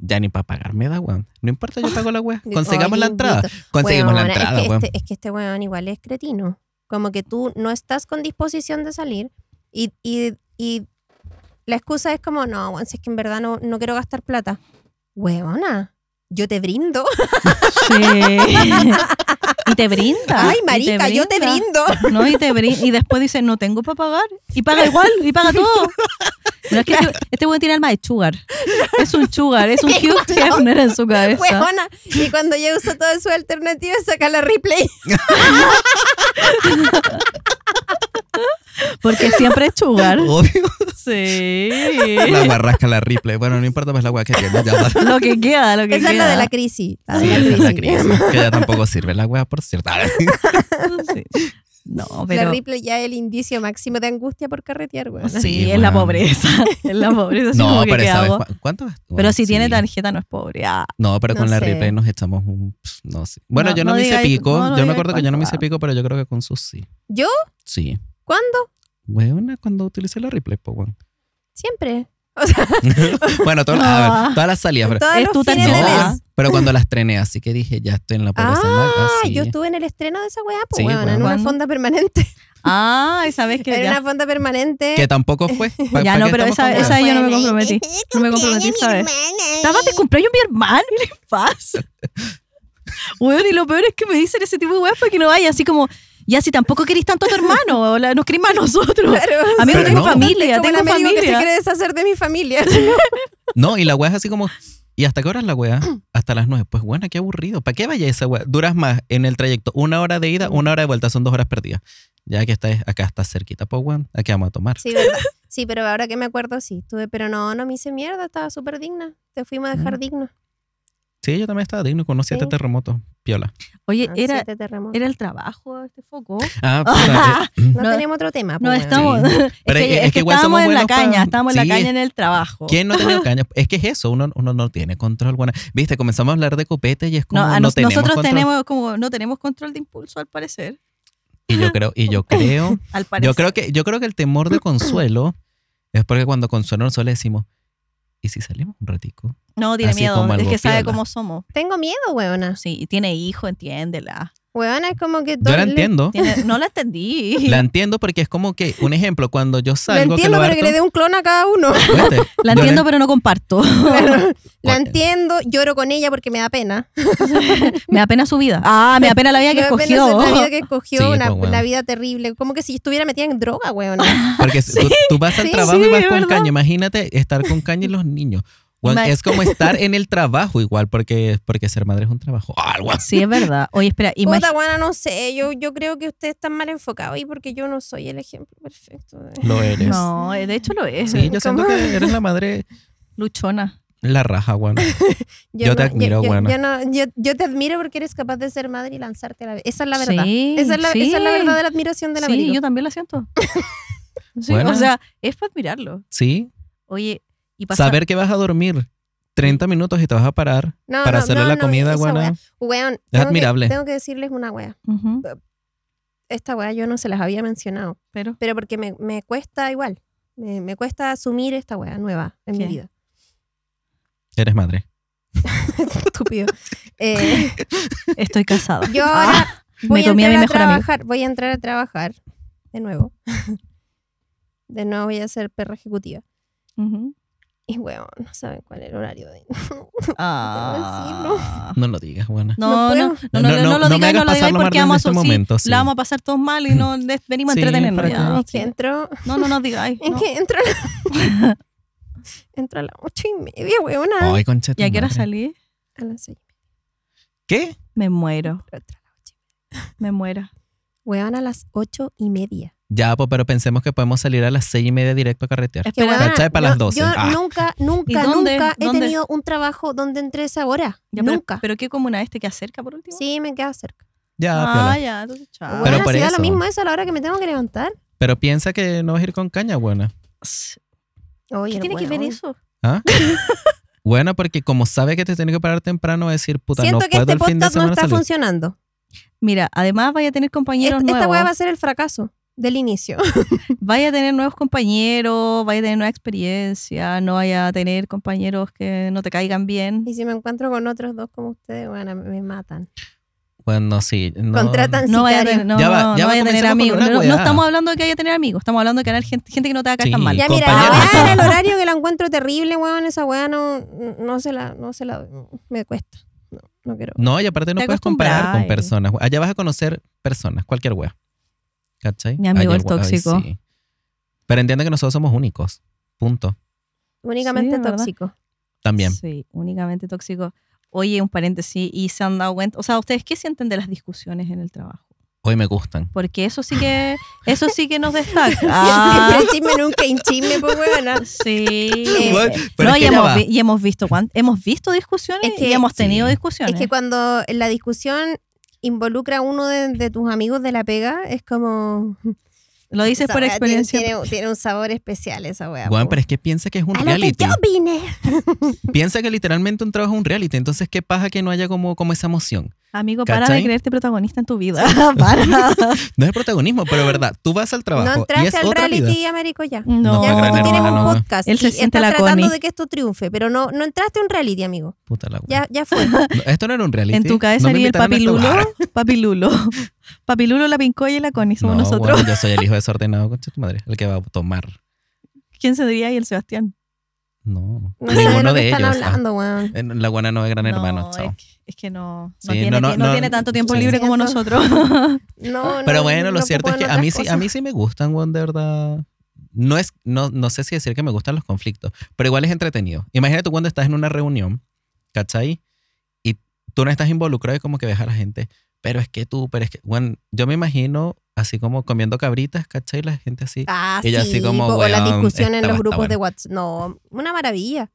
Speaker 1: ya ni para pagarme da, weón. No importa, yo pago la weá.
Speaker 3: Oye,
Speaker 1: Consigamos la entrada.
Speaker 3: invito.
Speaker 1: Conseguimos la
Speaker 3: Weona,
Speaker 1: entrada,
Speaker 3: es que,
Speaker 1: weón.
Speaker 3: Este, es que este weón igual es cretino. Como que tú no estás con disposición de salir y, y- y la excusa es como, no, weón, si es que en verdad no, no quiero gastar plata. Weona, yo te brindo.
Speaker 2: Sí. y te brinda.
Speaker 3: Ay,
Speaker 2: y te
Speaker 3: marica, yo te
Speaker 2: brinda.
Speaker 3: brindo.
Speaker 2: No, y, te brin- y después dice, no tengo para pagar. Y paga igual, y paga todo. Pero es que este- este güey tiene alma de sugar. Es un sugar, es un Hugh Hefner en su cabeza.
Speaker 3: Weona. Y cuando yo uso toda su alternativa, saca la replay.
Speaker 2: Porque siempre es sugar.
Speaker 1: Obvio.
Speaker 2: Sí.
Speaker 1: La guarrasca, la Ripley. Bueno, no importa, pues la guay que tiene. Ya va.
Speaker 2: Lo que queda, lo que
Speaker 3: Esa es la
Speaker 2: queda.
Speaker 3: de la crisis.
Speaker 2: Ah,
Speaker 3: la de
Speaker 1: Sí,
Speaker 3: la
Speaker 1: esa es la
Speaker 3: crisis.
Speaker 1: crisis. Que ya tampoco sirve la guay, por cierto.
Speaker 2: Sí. No,
Speaker 3: La
Speaker 2: pero
Speaker 3: Ripley ya es el indicio máximo de angustia por carretear, weón.
Speaker 2: sí,
Speaker 1: Sí,
Speaker 2: es la
Speaker 1: weón.
Speaker 2: pobreza. Es la pobreza. así
Speaker 1: No,
Speaker 2: como que,
Speaker 1: pero
Speaker 2: ¿qué
Speaker 1: ¿sabes
Speaker 2: hago?
Speaker 1: cu- cuánto? gastó?
Speaker 2: Pero si
Speaker 1: Sí.
Speaker 2: tiene tarjeta no es pobre. Ah,
Speaker 1: No, pero
Speaker 3: No
Speaker 1: con la
Speaker 3: sé.
Speaker 1: Ripley nos echamos un. pss, No sé. Bueno,
Speaker 2: No,
Speaker 1: yo no,
Speaker 2: no
Speaker 1: me hice
Speaker 2: digáis-
Speaker 1: pico.
Speaker 2: no, no
Speaker 1: yo me
Speaker 2: digáis
Speaker 1: acuerdo que yo no me
Speaker 2: cuánto,
Speaker 1: hice
Speaker 2: ah.
Speaker 1: pico, pero yo creo que con sus sí.
Speaker 3: ¿Yo?
Speaker 1: Sí.
Speaker 3: ¿Cuándo?
Speaker 1: Bueno, cuando utilicé la Ripley, pues, bueno.
Speaker 3: Siempre. O sea,
Speaker 1: bueno, todas las- a
Speaker 2: Ah.
Speaker 1: ver, todas las salidas. Pero,
Speaker 3: todos
Speaker 2: Es
Speaker 3: los
Speaker 2: tu
Speaker 3: fines
Speaker 2: tarjeta.
Speaker 3: de
Speaker 1: No,
Speaker 3: mes.
Speaker 1: pero cuando las trené, así que dije, ya estoy en la pobreza.
Speaker 3: Ah,
Speaker 1: mal, así.
Speaker 3: yo estuve en el estreno de esa weá, pues,
Speaker 1: Sí,
Speaker 3: weón, en
Speaker 1: weón.
Speaker 3: una
Speaker 2: ¿Cuándo?
Speaker 3: fonda permanente.
Speaker 2: Ah, esa vez que
Speaker 3: Era
Speaker 2: ya.
Speaker 3: una fonda permanente.
Speaker 1: Que tampoco fue. Pa-
Speaker 2: Ya,
Speaker 1: ¿pa
Speaker 2: no,
Speaker 1: qué
Speaker 2: pero
Speaker 1: estamos
Speaker 2: esa-
Speaker 1: con
Speaker 2: esa
Speaker 1: weas?
Speaker 2: yo no me comprometí. No me comprometí esta vez. Estaba de cumpleaños mi hermano, ¿qué le pasa? Weón, y lo peor es que me dicen ese tipo de weas para que no vaya, así como, ya si tampoco querís tanto a tu hermano, o la- nos querís más a nosotros.
Speaker 3: Claro,
Speaker 2: Amigo,
Speaker 1: Pero
Speaker 2: tengo
Speaker 1: no.
Speaker 2: familia,
Speaker 3: Es como el
Speaker 2: tengo
Speaker 3: amigo que se
Speaker 2: familia.
Speaker 3: quiere deshacer de mi familia.
Speaker 1: No, y la wea es así como. ¿Y hasta qué hora es la wea? Hasta las nueve. Pues bueno, qué aburrido. ¿Para qué vaya esa wea? Duras más en el trayecto. Una hora de ida, una hora de vuelta. Son dos horas perdidas. Ya que está, acá está cerquita, pues weón. Aquí vamos a tomar.
Speaker 3: Sí, verdad. Sí, pero ahora que me acuerdo, sí. Tuve, pero no, no me hice mierda, estaba súper digna. Te fuimos a dejar
Speaker 1: Mm.
Speaker 3: digna.
Speaker 1: Sí, yo también estaba digno con unos siete
Speaker 3: Sí.
Speaker 1: terremotos. este Piola.
Speaker 2: Oye,
Speaker 3: Ah,
Speaker 2: E- era,
Speaker 3: siete terremotos.
Speaker 2: era el trabajo este foco.
Speaker 1: Ah, puta, eh,
Speaker 3: No,
Speaker 2: no,
Speaker 3: tenemos otro tema.
Speaker 2: No,
Speaker 3: pues,
Speaker 2: estamos.
Speaker 1: Sí.
Speaker 2: Es
Speaker 1: Pero es-
Speaker 2: que,
Speaker 1: es
Speaker 2: es
Speaker 1: que
Speaker 2: que
Speaker 1: igual
Speaker 2: estábamos
Speaker 1: somos
Speaker 2: en la
Speaker 1: buenos pa-
Speaker 2: caña, estábamos en
Speaker 1: Sí.
Speaker 2: la caña en el trabajo.
Speaker 1: ¿Quién no ha tenido caña? Es que es eso, uno, uno no tiene control. Bueno, viste, comenzamos a hablar de copete y es como
Speaker 2: No,
Speaker 1: no,
Speaker 2: a nos-
Speaker 1: tenemos
Speaker 2: nosotros
Speaker 1: control.
Speaker 2: tenemos como no tenemos control de impulso al parecer.
Speaker 1: Y yo creo, y yo creo,
Speaker 2: Al parecer.
Speaker 1: yo creo que, yo creo que el temor de Consuelo es porque cuando Consuelo nosotros le decimos, ¿y si salimos un ratico?
Speaker 2: no tiene
Speaker 1: así
Speaker 2: miedo,
Speaker 1: como
Speaker 2: es
Speaker 1: algo
Speaker 2: que sabe
Speaker 1: piola.
Speaker 2: cómo somos.
Speaker 3: Tengo miedo, weona.
Speaker 2: Sí, y tiene hijo, entiéndela.
Speaker 3: Weona es como que todo.
Speaker 1: Yo la
Speaker 3: le-
Speaker 1: entiendo.
Speaker 2: Tiene- no la entendí.
Speaker 1: La entiendo porque es como que, un ejemplo, cuando yo
Speaker 3: Lo
Speaker 1: salgo que
Speaker 3: entiendo,
Speaker 1: lo
Speaker 3: pero que le dé un clon a cada uno.
Speaker 2: La entiendo, pero no comparto.
Speaker 3: Claro.
Speaker 1: Bueno.
Speaker 3: La entiendo, lloro con ella porque me da pena.
Speaker 2: Me da pena su vida. Ah, me da pena la vida que
Speaker 3: Me da pena
Speaker 2: escogió.
Speaker 3: hacer La vida que escogió,
Speaker 1: Sí,
Speaker 3: una,
Speaker 1: pues, weón.
Speaker 3: una vida terrible. Como que si estuviera metida en droga,
Speaker 2: Ah,
Speaker 3: weona.
Speaker 1: Porque tú, tú vas al
Speaker 3: Sí,
Speaker 1: trabajo y
Speaker 2: sí,
Speaker 1: vas
Speaker 2: es
Speaker 1: con
Speaker 2: verdad.
Speaker 1: caña. Imagínate estar con caña y los niños. Weón,
Speaker 2: Ma-
Speaker 1: es como estar en el trabajo igual, porque, porque ser madre es un trabajo. Ah, Algo así.
Speaker 2: Sí, es verdad. Oye, espera,
Speaker 3: Puta,
Speaker 2: imagínate.
Speaker 3: weona, no sé. Yo, yo creo que usted está mal enfocado ahí porque yo no soy el ejemplo perfecto. de-
Speaker 1: Lo eres.
Speaker 2: No,
Speaker 3: eh,
Speaker 2: de hecho lo es.
Speaker 1: Sí, yo siento
Speaker 3: ¿Cómo?
Speaker 1: que eres la madre,
Speaker 2: Luchona.
Speaker 1: la raja, weón. Yo te admiro,
Speaker 3: yo,
Speaker 1: weona.
Speaker 3: yo no- yo- yo te admiro porque eres capaz de ser madre y lanzarte a la Esa es la verdad.
Speaker 2: Sí,
Speaker 3: esa, es la,
Speaker 2: sí.
Speaker 3: esa es la verdad de la admiración de la
Speaker 2: Sí, yo también la siento. Sí,
Speaker 1: Buena.
Speaker 2: o sea, es para admirarlo.
Speaker 1: Sí.
Speaker 2: Oye, y pasa-
Speaker 1: Saber que vas a dormir 30 minutos y te vas a parar
Speaker 3: No,
Speaker 1: para
Speaker 3: no,
Speaker 1: hacerle
Speaker 3: no,
Speaker 1: la
Speaker 3: no,
Speaker 1: comida,
Speaker 3: esa
Speaker 1: weona.
Speaker 3: wea. Weón, tengo que-
Speaker 1: admirable.
Speaker 3: tengo que decirles una wea.
Speaker 2: Ujú,
Speaker 3: Esta wea yo no se las había mencionado.
Speaker 2: pero
Speaker 3: pero porque me, me cuesta igual. Me, me cuesta asumir esta wea nueva en
Speaker 2: ¿Qué?
Speaker 3: mi vida.
Speaker 1: Eres madre.
Speaker 3: Estúpido. Eh,
Speaker 2: estoy casada. Ah,
Speaker 3: yo ahora voy
Speaker 2: me
Speaker 3: a
Speaker 2: comí a
Speaker 3: entrar a,
Speaker 2: mi mejor amigo.
Speaker 3: trabajar. Voy a entrar a trabajar de nuevo. De nuevo voy a ser perra ejecutiva.
Speaker 2: Ujú.
Speaker 3: Y weón, no saben cuál es el horario de.
Speaker 2: Ah.
Speaker 1: No lo digas, weona.
Speaker 2: No, no,
Speaker 3: No
Speaker 2: no, no, no, no lo
Speaker 1: me
Speaker 2: digáis,
Speaker 1: hagas
Speaker 2: no lo digáis
Speaker 1: pasarlo
Speaker 2: porque
Speaker 1: mal
Speaker 2: vamos a
Speaker 1: en este
Speaker 2: sí,
Speaker 1: momento, sí.
Speaker 2: La vamos a pasar todos mal y no les venimos
Speaker 1: Sí,
Speaker 2: a entretenernos.
Speaker 1: ¿para qué?
Speaker 2: ya.
Speaker 3: es que entro.
Speaker 2: No, no nos digáis.
Speaker 3: Es
Speaker 2: no.
Speaker 3: que entro a la. entro a las ocho y media, weona.
Speaker 1: Ay, concha. de
Speaker 2: ¿Y a
Speaker 1: tu
Speaker 2: qué hora
Speaker 1: madre.
Speaker 2: salí?
Speaker 3: A las seis.
Speaker 1: ¿Qué?
Speaker 2: Me muero,
Speaker 3: pero entro a las ocho.
Speaker 2: me muero.
Speaker 3: Weón, a las ocho y media.
Speaker 1: Ya, pues, pero pensemos que podemos salir a las seis y media directo a carretear.
Speaker 2: Es
Speaker 3: Que,
Speaker 2: Espera.
Speaker 3: weona,
Speaker 1: ¿Cachai? Para las
Speaker 3: no,
Speaker 1: 12.
Speaker 3: Yo
Speaker 1: Ah.
Speaker 3: nunca, nunca,
Speaker 2: dónde?
Speaker 3: nunca he
Speaker 2: ¿Dónde?
Speaker 3: tenido un trabajo donde entré esa hora.
Speaker 2: Ya, pero-
Speaker 3: nunca.
Speaker 2: Pero qué comuna este que acerca por último.
Speaker 3: sí, me queda cerca.
Speaker 1: Ya,
Speaker 2: Ah,
Speaker 1: piola.
Speaker 2: ya, entonces chao.
Speaker 3: Bueno,
Speaker 1: Pero por
Speaker 3: si da
Speaker 1: eso.
Speaker 3: lo mismo eso a la hora que me tengo que levantar.
Speaker 1: Pero piensa que no vas a ir con caña, buena.
Speaker 3: Oye,
Speaker 2: ¿Qué tiene que
Speaker 3: bueno,
Speaker 2: ver
Speaker 3: oye.
Speaker 2: eso?
Speaker 1: ¿Ah? Buena, porque como sabe que te tiene que parar temprano, va a decir, puta,
Speaker 3: Siento
Speaker 1: no
Speaker 3: que
Speaker 1: puedo
Speaker 3: este
Speaker 1: el fin de
Speaker 3: podcast no
Speaker 1: semana
Speaker 3: está
Speaker 1: salir.
Speaker 3: funcionando.
Speaker 2: Mira, además vaya a tener compañeros
Speaker 3: Esta, esta
Speaker 2: nuevos.
Speaker 3: weá va a ser el fracaso del inicio.
Speaker 2: Vaya a tener nuevos compañeros, vaya a tener nueva experiencia, no vaya a tener compañeros que no te caigan bien.
Speaker 3: y si me encuentro con otros dos como ustedes, bueno, me matan.
Speaker 1: Bueno, sí. No,
Speaker 3: Contratan
Speaker 2: No vaya a
Speaker 3: sicarios.
Speaker 2: tener, no,
Speaker 1: Ya va,
Speaker 2: no
Speaker 1: ya va,
Speaker 2: vaya a tener
Speaker 1: comencemos con
Speaker 2: amigos.
Speaker 1: una
Speaker 2: No, no
Speaker 1: weá.
Speaker 2: estamos hablando de que vaya a tener amigos, estamos hablando de que ganar gente, gente que no te va a caer tan
Speaker 1: Sí.
Speaker 2: mal.
Speaker 3: Ya mira, la
Speaker 1: compañeros.
Speaker 3: weá en el horario que la encuentro terrible, weón, esa weá no, no se la, no se la me cuesta. No, no quiero.
Speaker 1: No, y aparte no
Speaker 2: Te
Speaker 1: puedes comparar con
Speaker 2: acostumbráis.
Speaker 1: personas. Allá vas a conocer personas, cualquier wea. ¿Cachai?
Speaker 2: Mi amigo
Speaker 1: Ay,
Speaker 2: el
Speaker 1: wea- ay,
Speaker 2: tóxico.
Speaker 1: sí. Pero entiende que nosotros somos únicos. Punto.
Speaker 3: Únicamente
Speaker 2: Sí, ¿verdad?
Speaker 3: tóxico.
Speaker 1: También.
Speaker 2: Sí, únicamente tóxico. Oye, un paréntesis, y se han dado cuenta, o sea, ¿ustedes qué sienten de las discusiones en el trabajo?
Speaker 1: Hoy me gustan.
Speaker 2: Porque eso sí que, eso sí que nos destaca.
Speaker 3: Siempre
Speaker 2: Ah,
Speaker 3: en chisme, nunca en chisme, pues weona.
Speaker 2: sí.
Speaker 3: What?
Speaker 1: Pero
Speaker 2: No,
Speaker 1: es
Speaker 2: y
Speaker 1: que ya
Speaker 2: hemos,
Speaker 1: va.
Speaker 2: vi- y hemos visto cuán- hemos visto discusiones
Speaker 3: Es que-
Speaker 2: y hemos tenido
Speaker 1: Sí.
Speaker 2: discusiones.
Speaker 3: Es que cuando la discusión involucra a uno de, de tus amigos de la pega, es como...
Speaker 2: Lo dices
Speaker 3: esa
Speaker 2: por
Speaker 3: weá
Speaker 2: experiencia.
Speaker 3: Tiene, tiene- tiene un sabor especial esa weá.
Speaker 1: Weón,
Speaker 3: po.
Speaker 1: pero es que piensa que es un
Speaker 3: a lo que
Speaker 1: reality.
Speaker 3: yo vine.
Speaker 1: Piensa que literalmente un trabajo es un reality. Entonces, ¿qué pasa que no haya como, como esa emoción?
Speaker 2: Amigo, para
Speaker 1: ¿Cachai?
Speaker 2: de creerte protagonista en tu vida. para.
Speaker 1: No es protagonismo, pero verdad. Tú vas al
Speaker 3: No
Speaker 1: trabajo y es
Speaker 3: entraste al
Speaker 1: otra
Speaker 3: reality,
Speaker 1: vida.
Speaker 3: Américo, ya.
Speaker 1: No,
Speaker 2: No,
Speaker 1: fue
Speaker 3: ya
Speaker 1: gran
Speaker 3: tú tienes
Speaker 1: hermano,
Speaker 3: un
Speaker 1: weón.
Speaker 3: podcast
Speaker 2: Él se
Speaker 3: y
Speaker 2: siente
Speaker 3: estás
Speaker 2: la
Speaker 3: tratando
Speaker 2: Connie.
Speaker 3: de que esto triunfe, pero no, no entraste a un reality, amigo.
Speaker 1: Puta la wea.
Speaker 3: Ya, ya fue.
Speaker 1: No, Esto no era un reality.
Speaker 2: En tu cabeza
Speaker 1: No me
Speaker 2: haría
Speaker 1: invitaron
Speaker 2: el
Speaker 1: a esta vara.
Speaker 2: papilulo, papilulo. Papilulo, la Pincoya y la Connie somos
Speaker 1: No,
Speaker 2: nosotros.
Speaker 1: bueno, yo soy el hijo desordenado, concha tu madre. El que va a tomar.
Speaker 2: ¿Quién se diría ahí el Sebastián?
Speaker 1: No.
Speaker 3: No sé de
Speaker 1: Ninguno
Speaker 3: lo que
Speaker 1: de
Speaker 3: están
Speaker 1: ellos. ah.
Speaker 3: hablando, weón.
Speaker 1: Eh, La guana no es gran hermano,
Speaker 2: no,
Speaker 1: chao.
Speaker 2: Es que, es que no, no,
Speaker 1: Sí,
Speaker 2: tiene,
Speaker 1: no, no,
Speaker 2: tie- no
Speaker 1: no.
Speaker 2: tiene tanto tiempo
Speaker 1: Sí.
Speaker 2: libre como
Speaker 3: Cierto.
Speaker 2: nosotros.
Speaker 3: No,
Speaker 1: Pero
Speaker 3: no,
Speaker 1: bueno, lo
Speaker 3: no
Speaker 1: cierto es
Speaker 3: ocupan
Speaker 1: que a mí,
Speaker 3: otras
Speaker 1: sí, a
Speaker 3: cosas.
Speaker 1: mí sí me gustan, weón, de verdad. No, es, no, no sé si decir que me gustan los conflictos, pero igual es entretenido. Imagínate tú cuando estás en una reunión, ¿cachai? Y tú no estás involucrado y como que ves a la gente, pero es que tú, pero es que, bueno, yo me imagino así como comiendo cabritas, ¿cachai? La gente así.
Speaker 3: Ah,
Speaker 1: Ella
Speaker 3: sí,
Speaker 1: así como,
Speaker 3: po, con las
Speaker 1: weón,
Speaker 3: discusiones en
Speaker 1: esta
Speaker 3: los
Speaker 1: va a
Speaker 3: grupos
Speaker 1: estar
Speaker 3: de WhatsApp. No, una maravilla.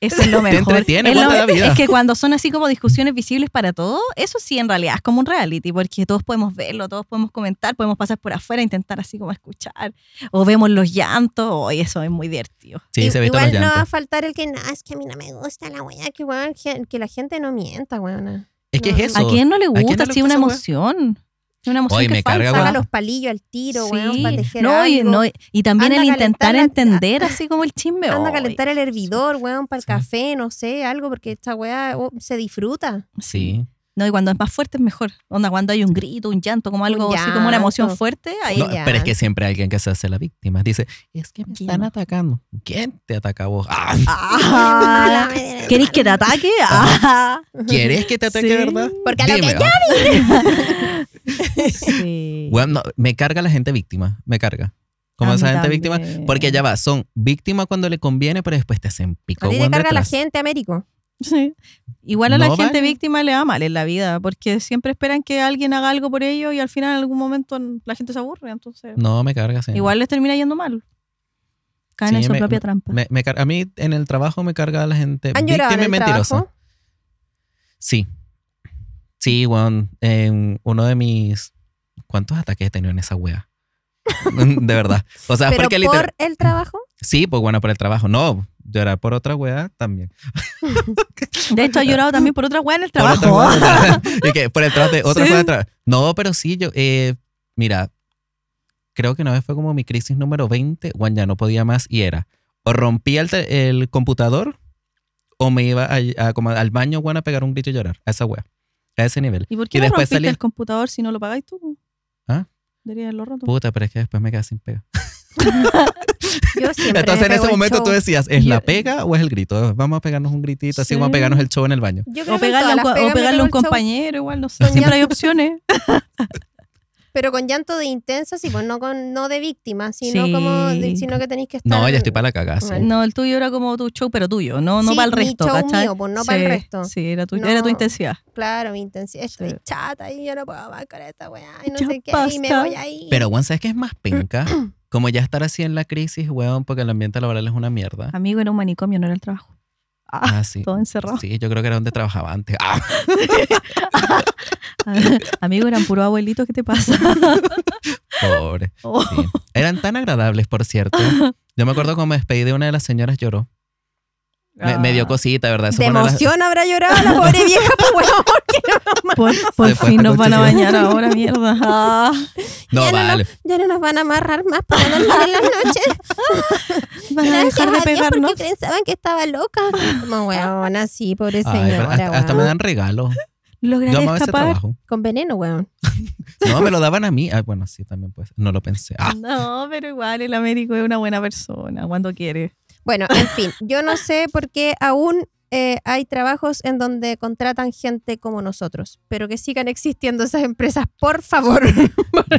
Speaker 2: Eso es lo mejor.
Speaker 1: entretiene,
Speaker 2: es, lo-
Speaker 1: cuenta la vida.
Speaker 2: es que cuando son así como discusiones visibles para todos, eso sí en realidad es como un reality, porque todos podemos verlo, todos podemos comentar, podemos pasar por afuera, intentar así como escuchar, o vemos los llantos, o eso es muy divertido.
Speaker 1: Sí,
Speaker 3: I-
Speaker 1: se ve todos los
Speaker 3: Igual no va a
Speaker 1: llantos.
Speaker 3: faltar el que, no, es que a mí no me gusta la weá, que, weón, que, que la gente no mienta, weón.
Speaker 1: Es que
Speaker 3: no,
Speaker 1: es
Speaker 3: no.
Speaker 1: eso.
Speaker 2: ¿A quién no le
Speaker 1: quién
Speaker 2: gusta
Speaker 1: no le
Speaker 2: así
Speaker 1: gusta
Speaker 2: una
Speaker 1: esa weá?
Speaker 2: emoción? Una emoción
Speaker 1: Oye,
Speaker 2: que
Speaker 1: me carga,
Speaker 2: falta.
Speaker 3: Saca
Speaker 1: weón.
Speaker 3: los palillos al tiro,
Speaker 2: Sí.
Speaker 3: weón, para tejer
Speaker 2: No, y,
Speaker 3: algo.
Speaker 2: no, y también
Speaker 3: Anda
Speaker 2: el
Speaker 3: a
Speaker 2: intentar
Speaker 3: calentar la-
Speaker 2: entender así como el chisme.
Speaker 3: Anda a
Speaker 2: Ay,
Speaker 3: calentar el hervidor, weón, para el
Speaker 1: Sí.
Speaker 3: café, no sé, algo, porque esta weá oh, se disfruta.
Speaker 1: Sí.
Speaker 2: No, y cuando es más fuerte es mejor. Onda, cuando hay un grito, un llanto, como algo así, como una emoción
Speaker 3: llanto.
Speaker 2: fuerte, ahí
Speaker 1: No,
Speaker 3: ya.
Speaker 1: pero es que siempre hay alguien que se hace la víctima. Dice, es que me
Speaker 2: ¿Quién?
Speaker 1: están atacando. ¿Quién te ataca a vos? Ah,
Speaker 2: Ah, ¿Queréis que te ataque? Ah.
Speaker 1: ¿Quieres que te ataque,
Speaker 2: Sí.
Speaker 1: verdad?
Speaker 3: Porque a lo que
Speaker 1: Dime,
Speaker 3: yo
Speaker 1: ah.
Speaker 2: Sí.
Speaker 1: Weón, no, me carga la gente víctima, me carga. Como
Speaker 2: A
Speaker 1: esa
Speaker 2: mí
Speaker 1: gente víctima,
Speaker 2: también.
Speaker 1: porque ya va, son víctimas cuando le conviene, pero después te hacen pico.
Speaker 3: A ti te
Speaker 1: weón,
Speaker 3: carga la
Speaker 1: detrás.
Speaker 3: gente, Américo.
Speaker 2: Sí. Igual a la
Speaker 1: No
Speaker 2: gente
Speaker 1: vale.
Speaker 2: víctima le va mal en la vida, porque siempre esperan que alguien haga algo por ellos y al final en algún momento la gente se aburre, entonces
Speaker 1: No, me carga, sí.
Speaker 2: igual les termina yendo mal.
Speaker 1: Mm.
Speaker 2: Caen
Speaker 1: Sí,
Speaker 2: en su
Speaker 1: me-
Speaker 2: propia trampa.
Speaker 1: Me- me carga- a mí en el trabajo me carga la gente
Speaker 3: ¿Han
Speaker 1: víctima
Speaker 3: llorado en
Speaker 1: y
Speaker 3: el
Speaker 1: mentirosa.
Speaker 3: trabajo?
Speaker 1: Sí. Sí, weón. en uno de mis. ¿Cuántos ataques he tenido en esa wea? de verdad. O sea,
Speaker 3: ¿Pero
Speaker 1: Ah, porque literal.
Speaker 3: por el trabajo?
Speaker 1: Sí, pues bueno, por el trabajo. No, llorar por otra wea también.
Speaker 2: De hecho, ha llorado también por otra weá en el
Speaker 1: Por otra
Speaker 2: trabajo.
Speaker 1: wea. Y que por el trabajo de otra
Speaker 2: Sí.
Speaker 1: wea de trabajo. No, pero sí, yo. eh, mira, creo que una vez fue como mi crisis número 20. Juan ya no podía más y era. O rompía el, te- el computador o me iba a- a como al baño, Juan, a pegar un grito y llorar. A esa wea. A ese nivel.
Speaker 2: ¿Y por qué
Speaker 1: Y
Speaker 2: no
Speaker 1: después
Speaker 2: rompiste
Speaker 1: salí-
Speaker 2: el computador si no lo pagáis tú?
Speaker 1: ¿Ah?
Speaker 2: Debería haberlo roto.
Speaker 1: Puta, pero es que después me quedé sin pega.
Speaker 3: Yo siempre
Speaker 1: Entonces
Speaker 3: me
Speaker 1: en
Speaker 3: pego
Speaker 1: ese
Speaker 3: el
Speaker 1: momento
Speaker 3: show.
Speaker 1: tú decías, ¿es
Speaker 2: Yo- eh,
Speaker 1: la pega o es el grito? Vamos a pegarnos un gritito, así
Speaker 2: Sí.
Speaker 1: vamos a pegarnos el show en el baño.
Speaker 3: Yo creo
Speaker 2: O
Speaker 3: que en
Speaker 2: pegarle, a
Speaker 3: todas
Speaker 2: un co-
Speaker 3: las pegas
Speaker 2: o
Speaker 3: me
Speaker 2: pegarle
Speaker 3: pego
Speaker 2: a un
Speaker 3: el show,
Speaker 2: compañero, igual, no sé.
Speaker 3: Soñar.
Speaker 2: Siempre hay opciones.
Speaker 3: Pero con llanto de intensas y pues no, con, no de víctima, sino,
Speaker 2: Sí.
Speaker 3: como de- sino que tenéis que estar...
Speaker 1: No, ya
Speaker 2: Ah,
Speaker 1: estoy para la cagada. sí.
Speaker 2: No, el tuyo era como tu show, pero tuyo, no, no
Speaker 3: Sí,
Speaker 2: para el
Speaker 3: mi
Speaker 2: resto,
Speaker 3: show
Speaker 2: ¿cachai?
Speaker 3: mío, pues, no para el
Speaker 2: Sí,
Speaker 3: resto.
Speaker 2: Sí, era tu, era tu
Speaker 3: No.
Speaker 2: intensidad.
Speaker 3: Claro, mi intensidad. Estoy
Speaker 2: Sí.
Speaker 3: chata y yo no puedo más con esta weá. Y no
Speaker 2: Ya
Speaker 3: sé qué. Y me
Speaker 2: basta.
Speaker 3: voy ahí.
Speaker 1: Pero, weón, ¿sabes qué es más penca? Como ya estar así en la crisis, weón, porque el ambiente laboral es una mierda.
Speaker 2: Amigo, era un manicomio, no era el trabajo. Ah,
Speaker 1: Ah, sí.
Speaker 2: todo encerrado.
Speaker 1: Sí, yo creo que era donde trabajaba antes. Ah,
Speaker 2: Amigo, eran puro abuelito, ¿qué te pasa?
Speaker 1: pobre.
Speaker 2: Oh.
Speaker 1: Sí. Eran tan agradables, por cierto. Yo me acuerdo cuando me despedí de una de las señoras, lloró. Me,
Speaker 3: Ah.
Speaker 1: me
Speaker 2: Ah.
Speaker 1: dio cosita, ¿verdad? Eso
Speaker 3: de
Speaker 1: fue una de las-
Speaker 3: emoción habrá llorado la pobre vieja, pues weón, porque no
Speaker 2: Por, por
Speaker 1: Se fue
Speaker 2: fin
Speaker 1: esta
Speaker 2: nos van a
Speaker 1: concha
Speaker 2: bañar ahora, mierda. Ah,
Speaker 1: No,
Speaker 3: Ya no, no.
Speaker 1: vale.
Speaker 3: Ya no nos van a amarrar más para dormir en las noches.
Speaker 2: van a dejar de
Speaker 3: Gracias a Dios,
Speaker 2: pegarnos.
Speaker 3: Porque pensaban que estaba loca. Como weón, así, pobre
Speaker 1: Ay, pero
Speaker 3: señora,
Speaker 1: hasta, hasta me
Speaker 3: weón.
Speaker 1: dan regalos. Yo
Speaker 2: Lograré
Speaker 1: amaba ese
Speaker 2: escapar.
Speaker 1: trabajo.
Speaker 3: Con veneno, weón.
Speaker 1: No, me lo daban a mí. Ah, bueno, sí, también pues. No lo pensé. Ah,
Speaker 2: No, pero igual el Américo es una buena persona, cuando quiere.
Speaker 3: Bueno, en fin, yo no sé por qué aún eh, hay trabajos en donde contratan gente como nosotros, pero que sigan existiendo esas empresas, por favor.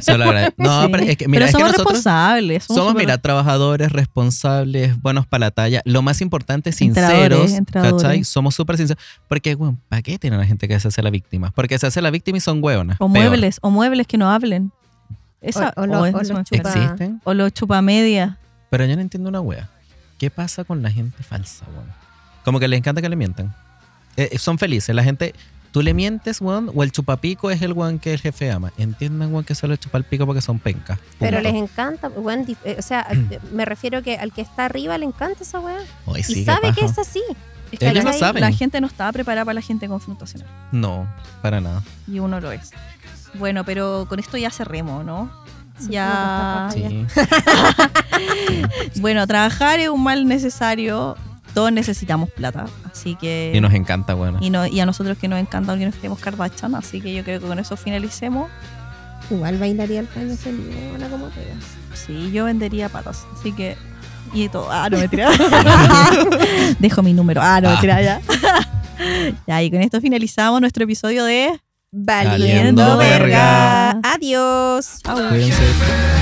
Speaker 1: se lo agradezco. No,
Speaker 2: Sí.
Speaker 1: pero es que, mira, es que
Speaker 2: somos
Speaker 1: nosotros
Speaker 2: responsables. Somos,
Speaker 1: somos,
Speaker 2: súper
Speaker 1: mira, trabajadores responsables, buenos para la talla. Lo más importante, sinceros.
Speaker 2: Entradores, entradores.
Speaker 1: ¿Cachai? Somos súper sinceros. Porque, weón, ¿para qué tienen a la gente que se hace la víctima? Porque se hace la víctima y son hueonas.
Speaker 2: O
Speaker 1: Peor.
Speaker 2: muebles, o muebles que no hablen. Esa,
Speaker 3: O- o lo-
Speaker 2: es-
Speaker 3: o
Speaker 2: es
Speaker 3: los
Speaker 2: más-
Speaker 3: chupa-
Speaker 1: Existen,
Speaker 2: o los chupamedias.
Speaker 1: pero yo no entiendo una wea. ¿Qué pasa con la gente falsa, weón? Como que les encanta que le mientan. Eh, eh, son felices. La gente. Tú le mientes, weón, o el chupapico es el weón que el jefe ama. Entiendan, weón, que solo chupa el pico porque son pencas.
Speaker 3: Pero
Speaker 1: Punto.
Speaker 3: les encanta, weón, dif- eh, o sea, me refiero que al que está arriba le encanta esa weá.
Speaker 1: Ay, sí,
Speaker 3: y
Speaker 1: qué
Speaker 3: sabe que
Speaker 1: paja.
Speaker 3: es así.
Speaker 2: Es
Speaker 1: Ellos no
Speaker 2: ahí
Speaker 1: saben.
Speaker 2: La gente no estaba preparada para la gente confrontacional.
Speaker 1: No, para nada.
Speaker 2: Y uno lo es. Bueno, pero con esto ya cerremos, ¿no?
Speaker 3: Sí,
Speaker 2: ya.
Speaker 3: Ah,
Speaker 1: Sí.
Speaker 2: Bueno, trabajar es un mal necesario. Todos necesitamos plata. Así que.
Speaker 1: Y nos encanta, weón.
Speaker 2: y no- y a nosotros que nos encanta que nos queremos Kardashian. Así que yo creo que con eso finalicemos.
Speaker 3: Igual bailaría el paño feliz, buena como pega.
Speaker 2: Sí, yo vendería patas. Así que. Y todo. Ah, no me tiraba. Dejo mi número. Ah, no me tiraba ya. ya, y con esto finalizamos nuestro episodio de.
Speaker 1: Valiendo
Speaker 3: verga.
Speaker 2: verga.
Speaker 3: Adiós.
Speaker 1: Cuídense.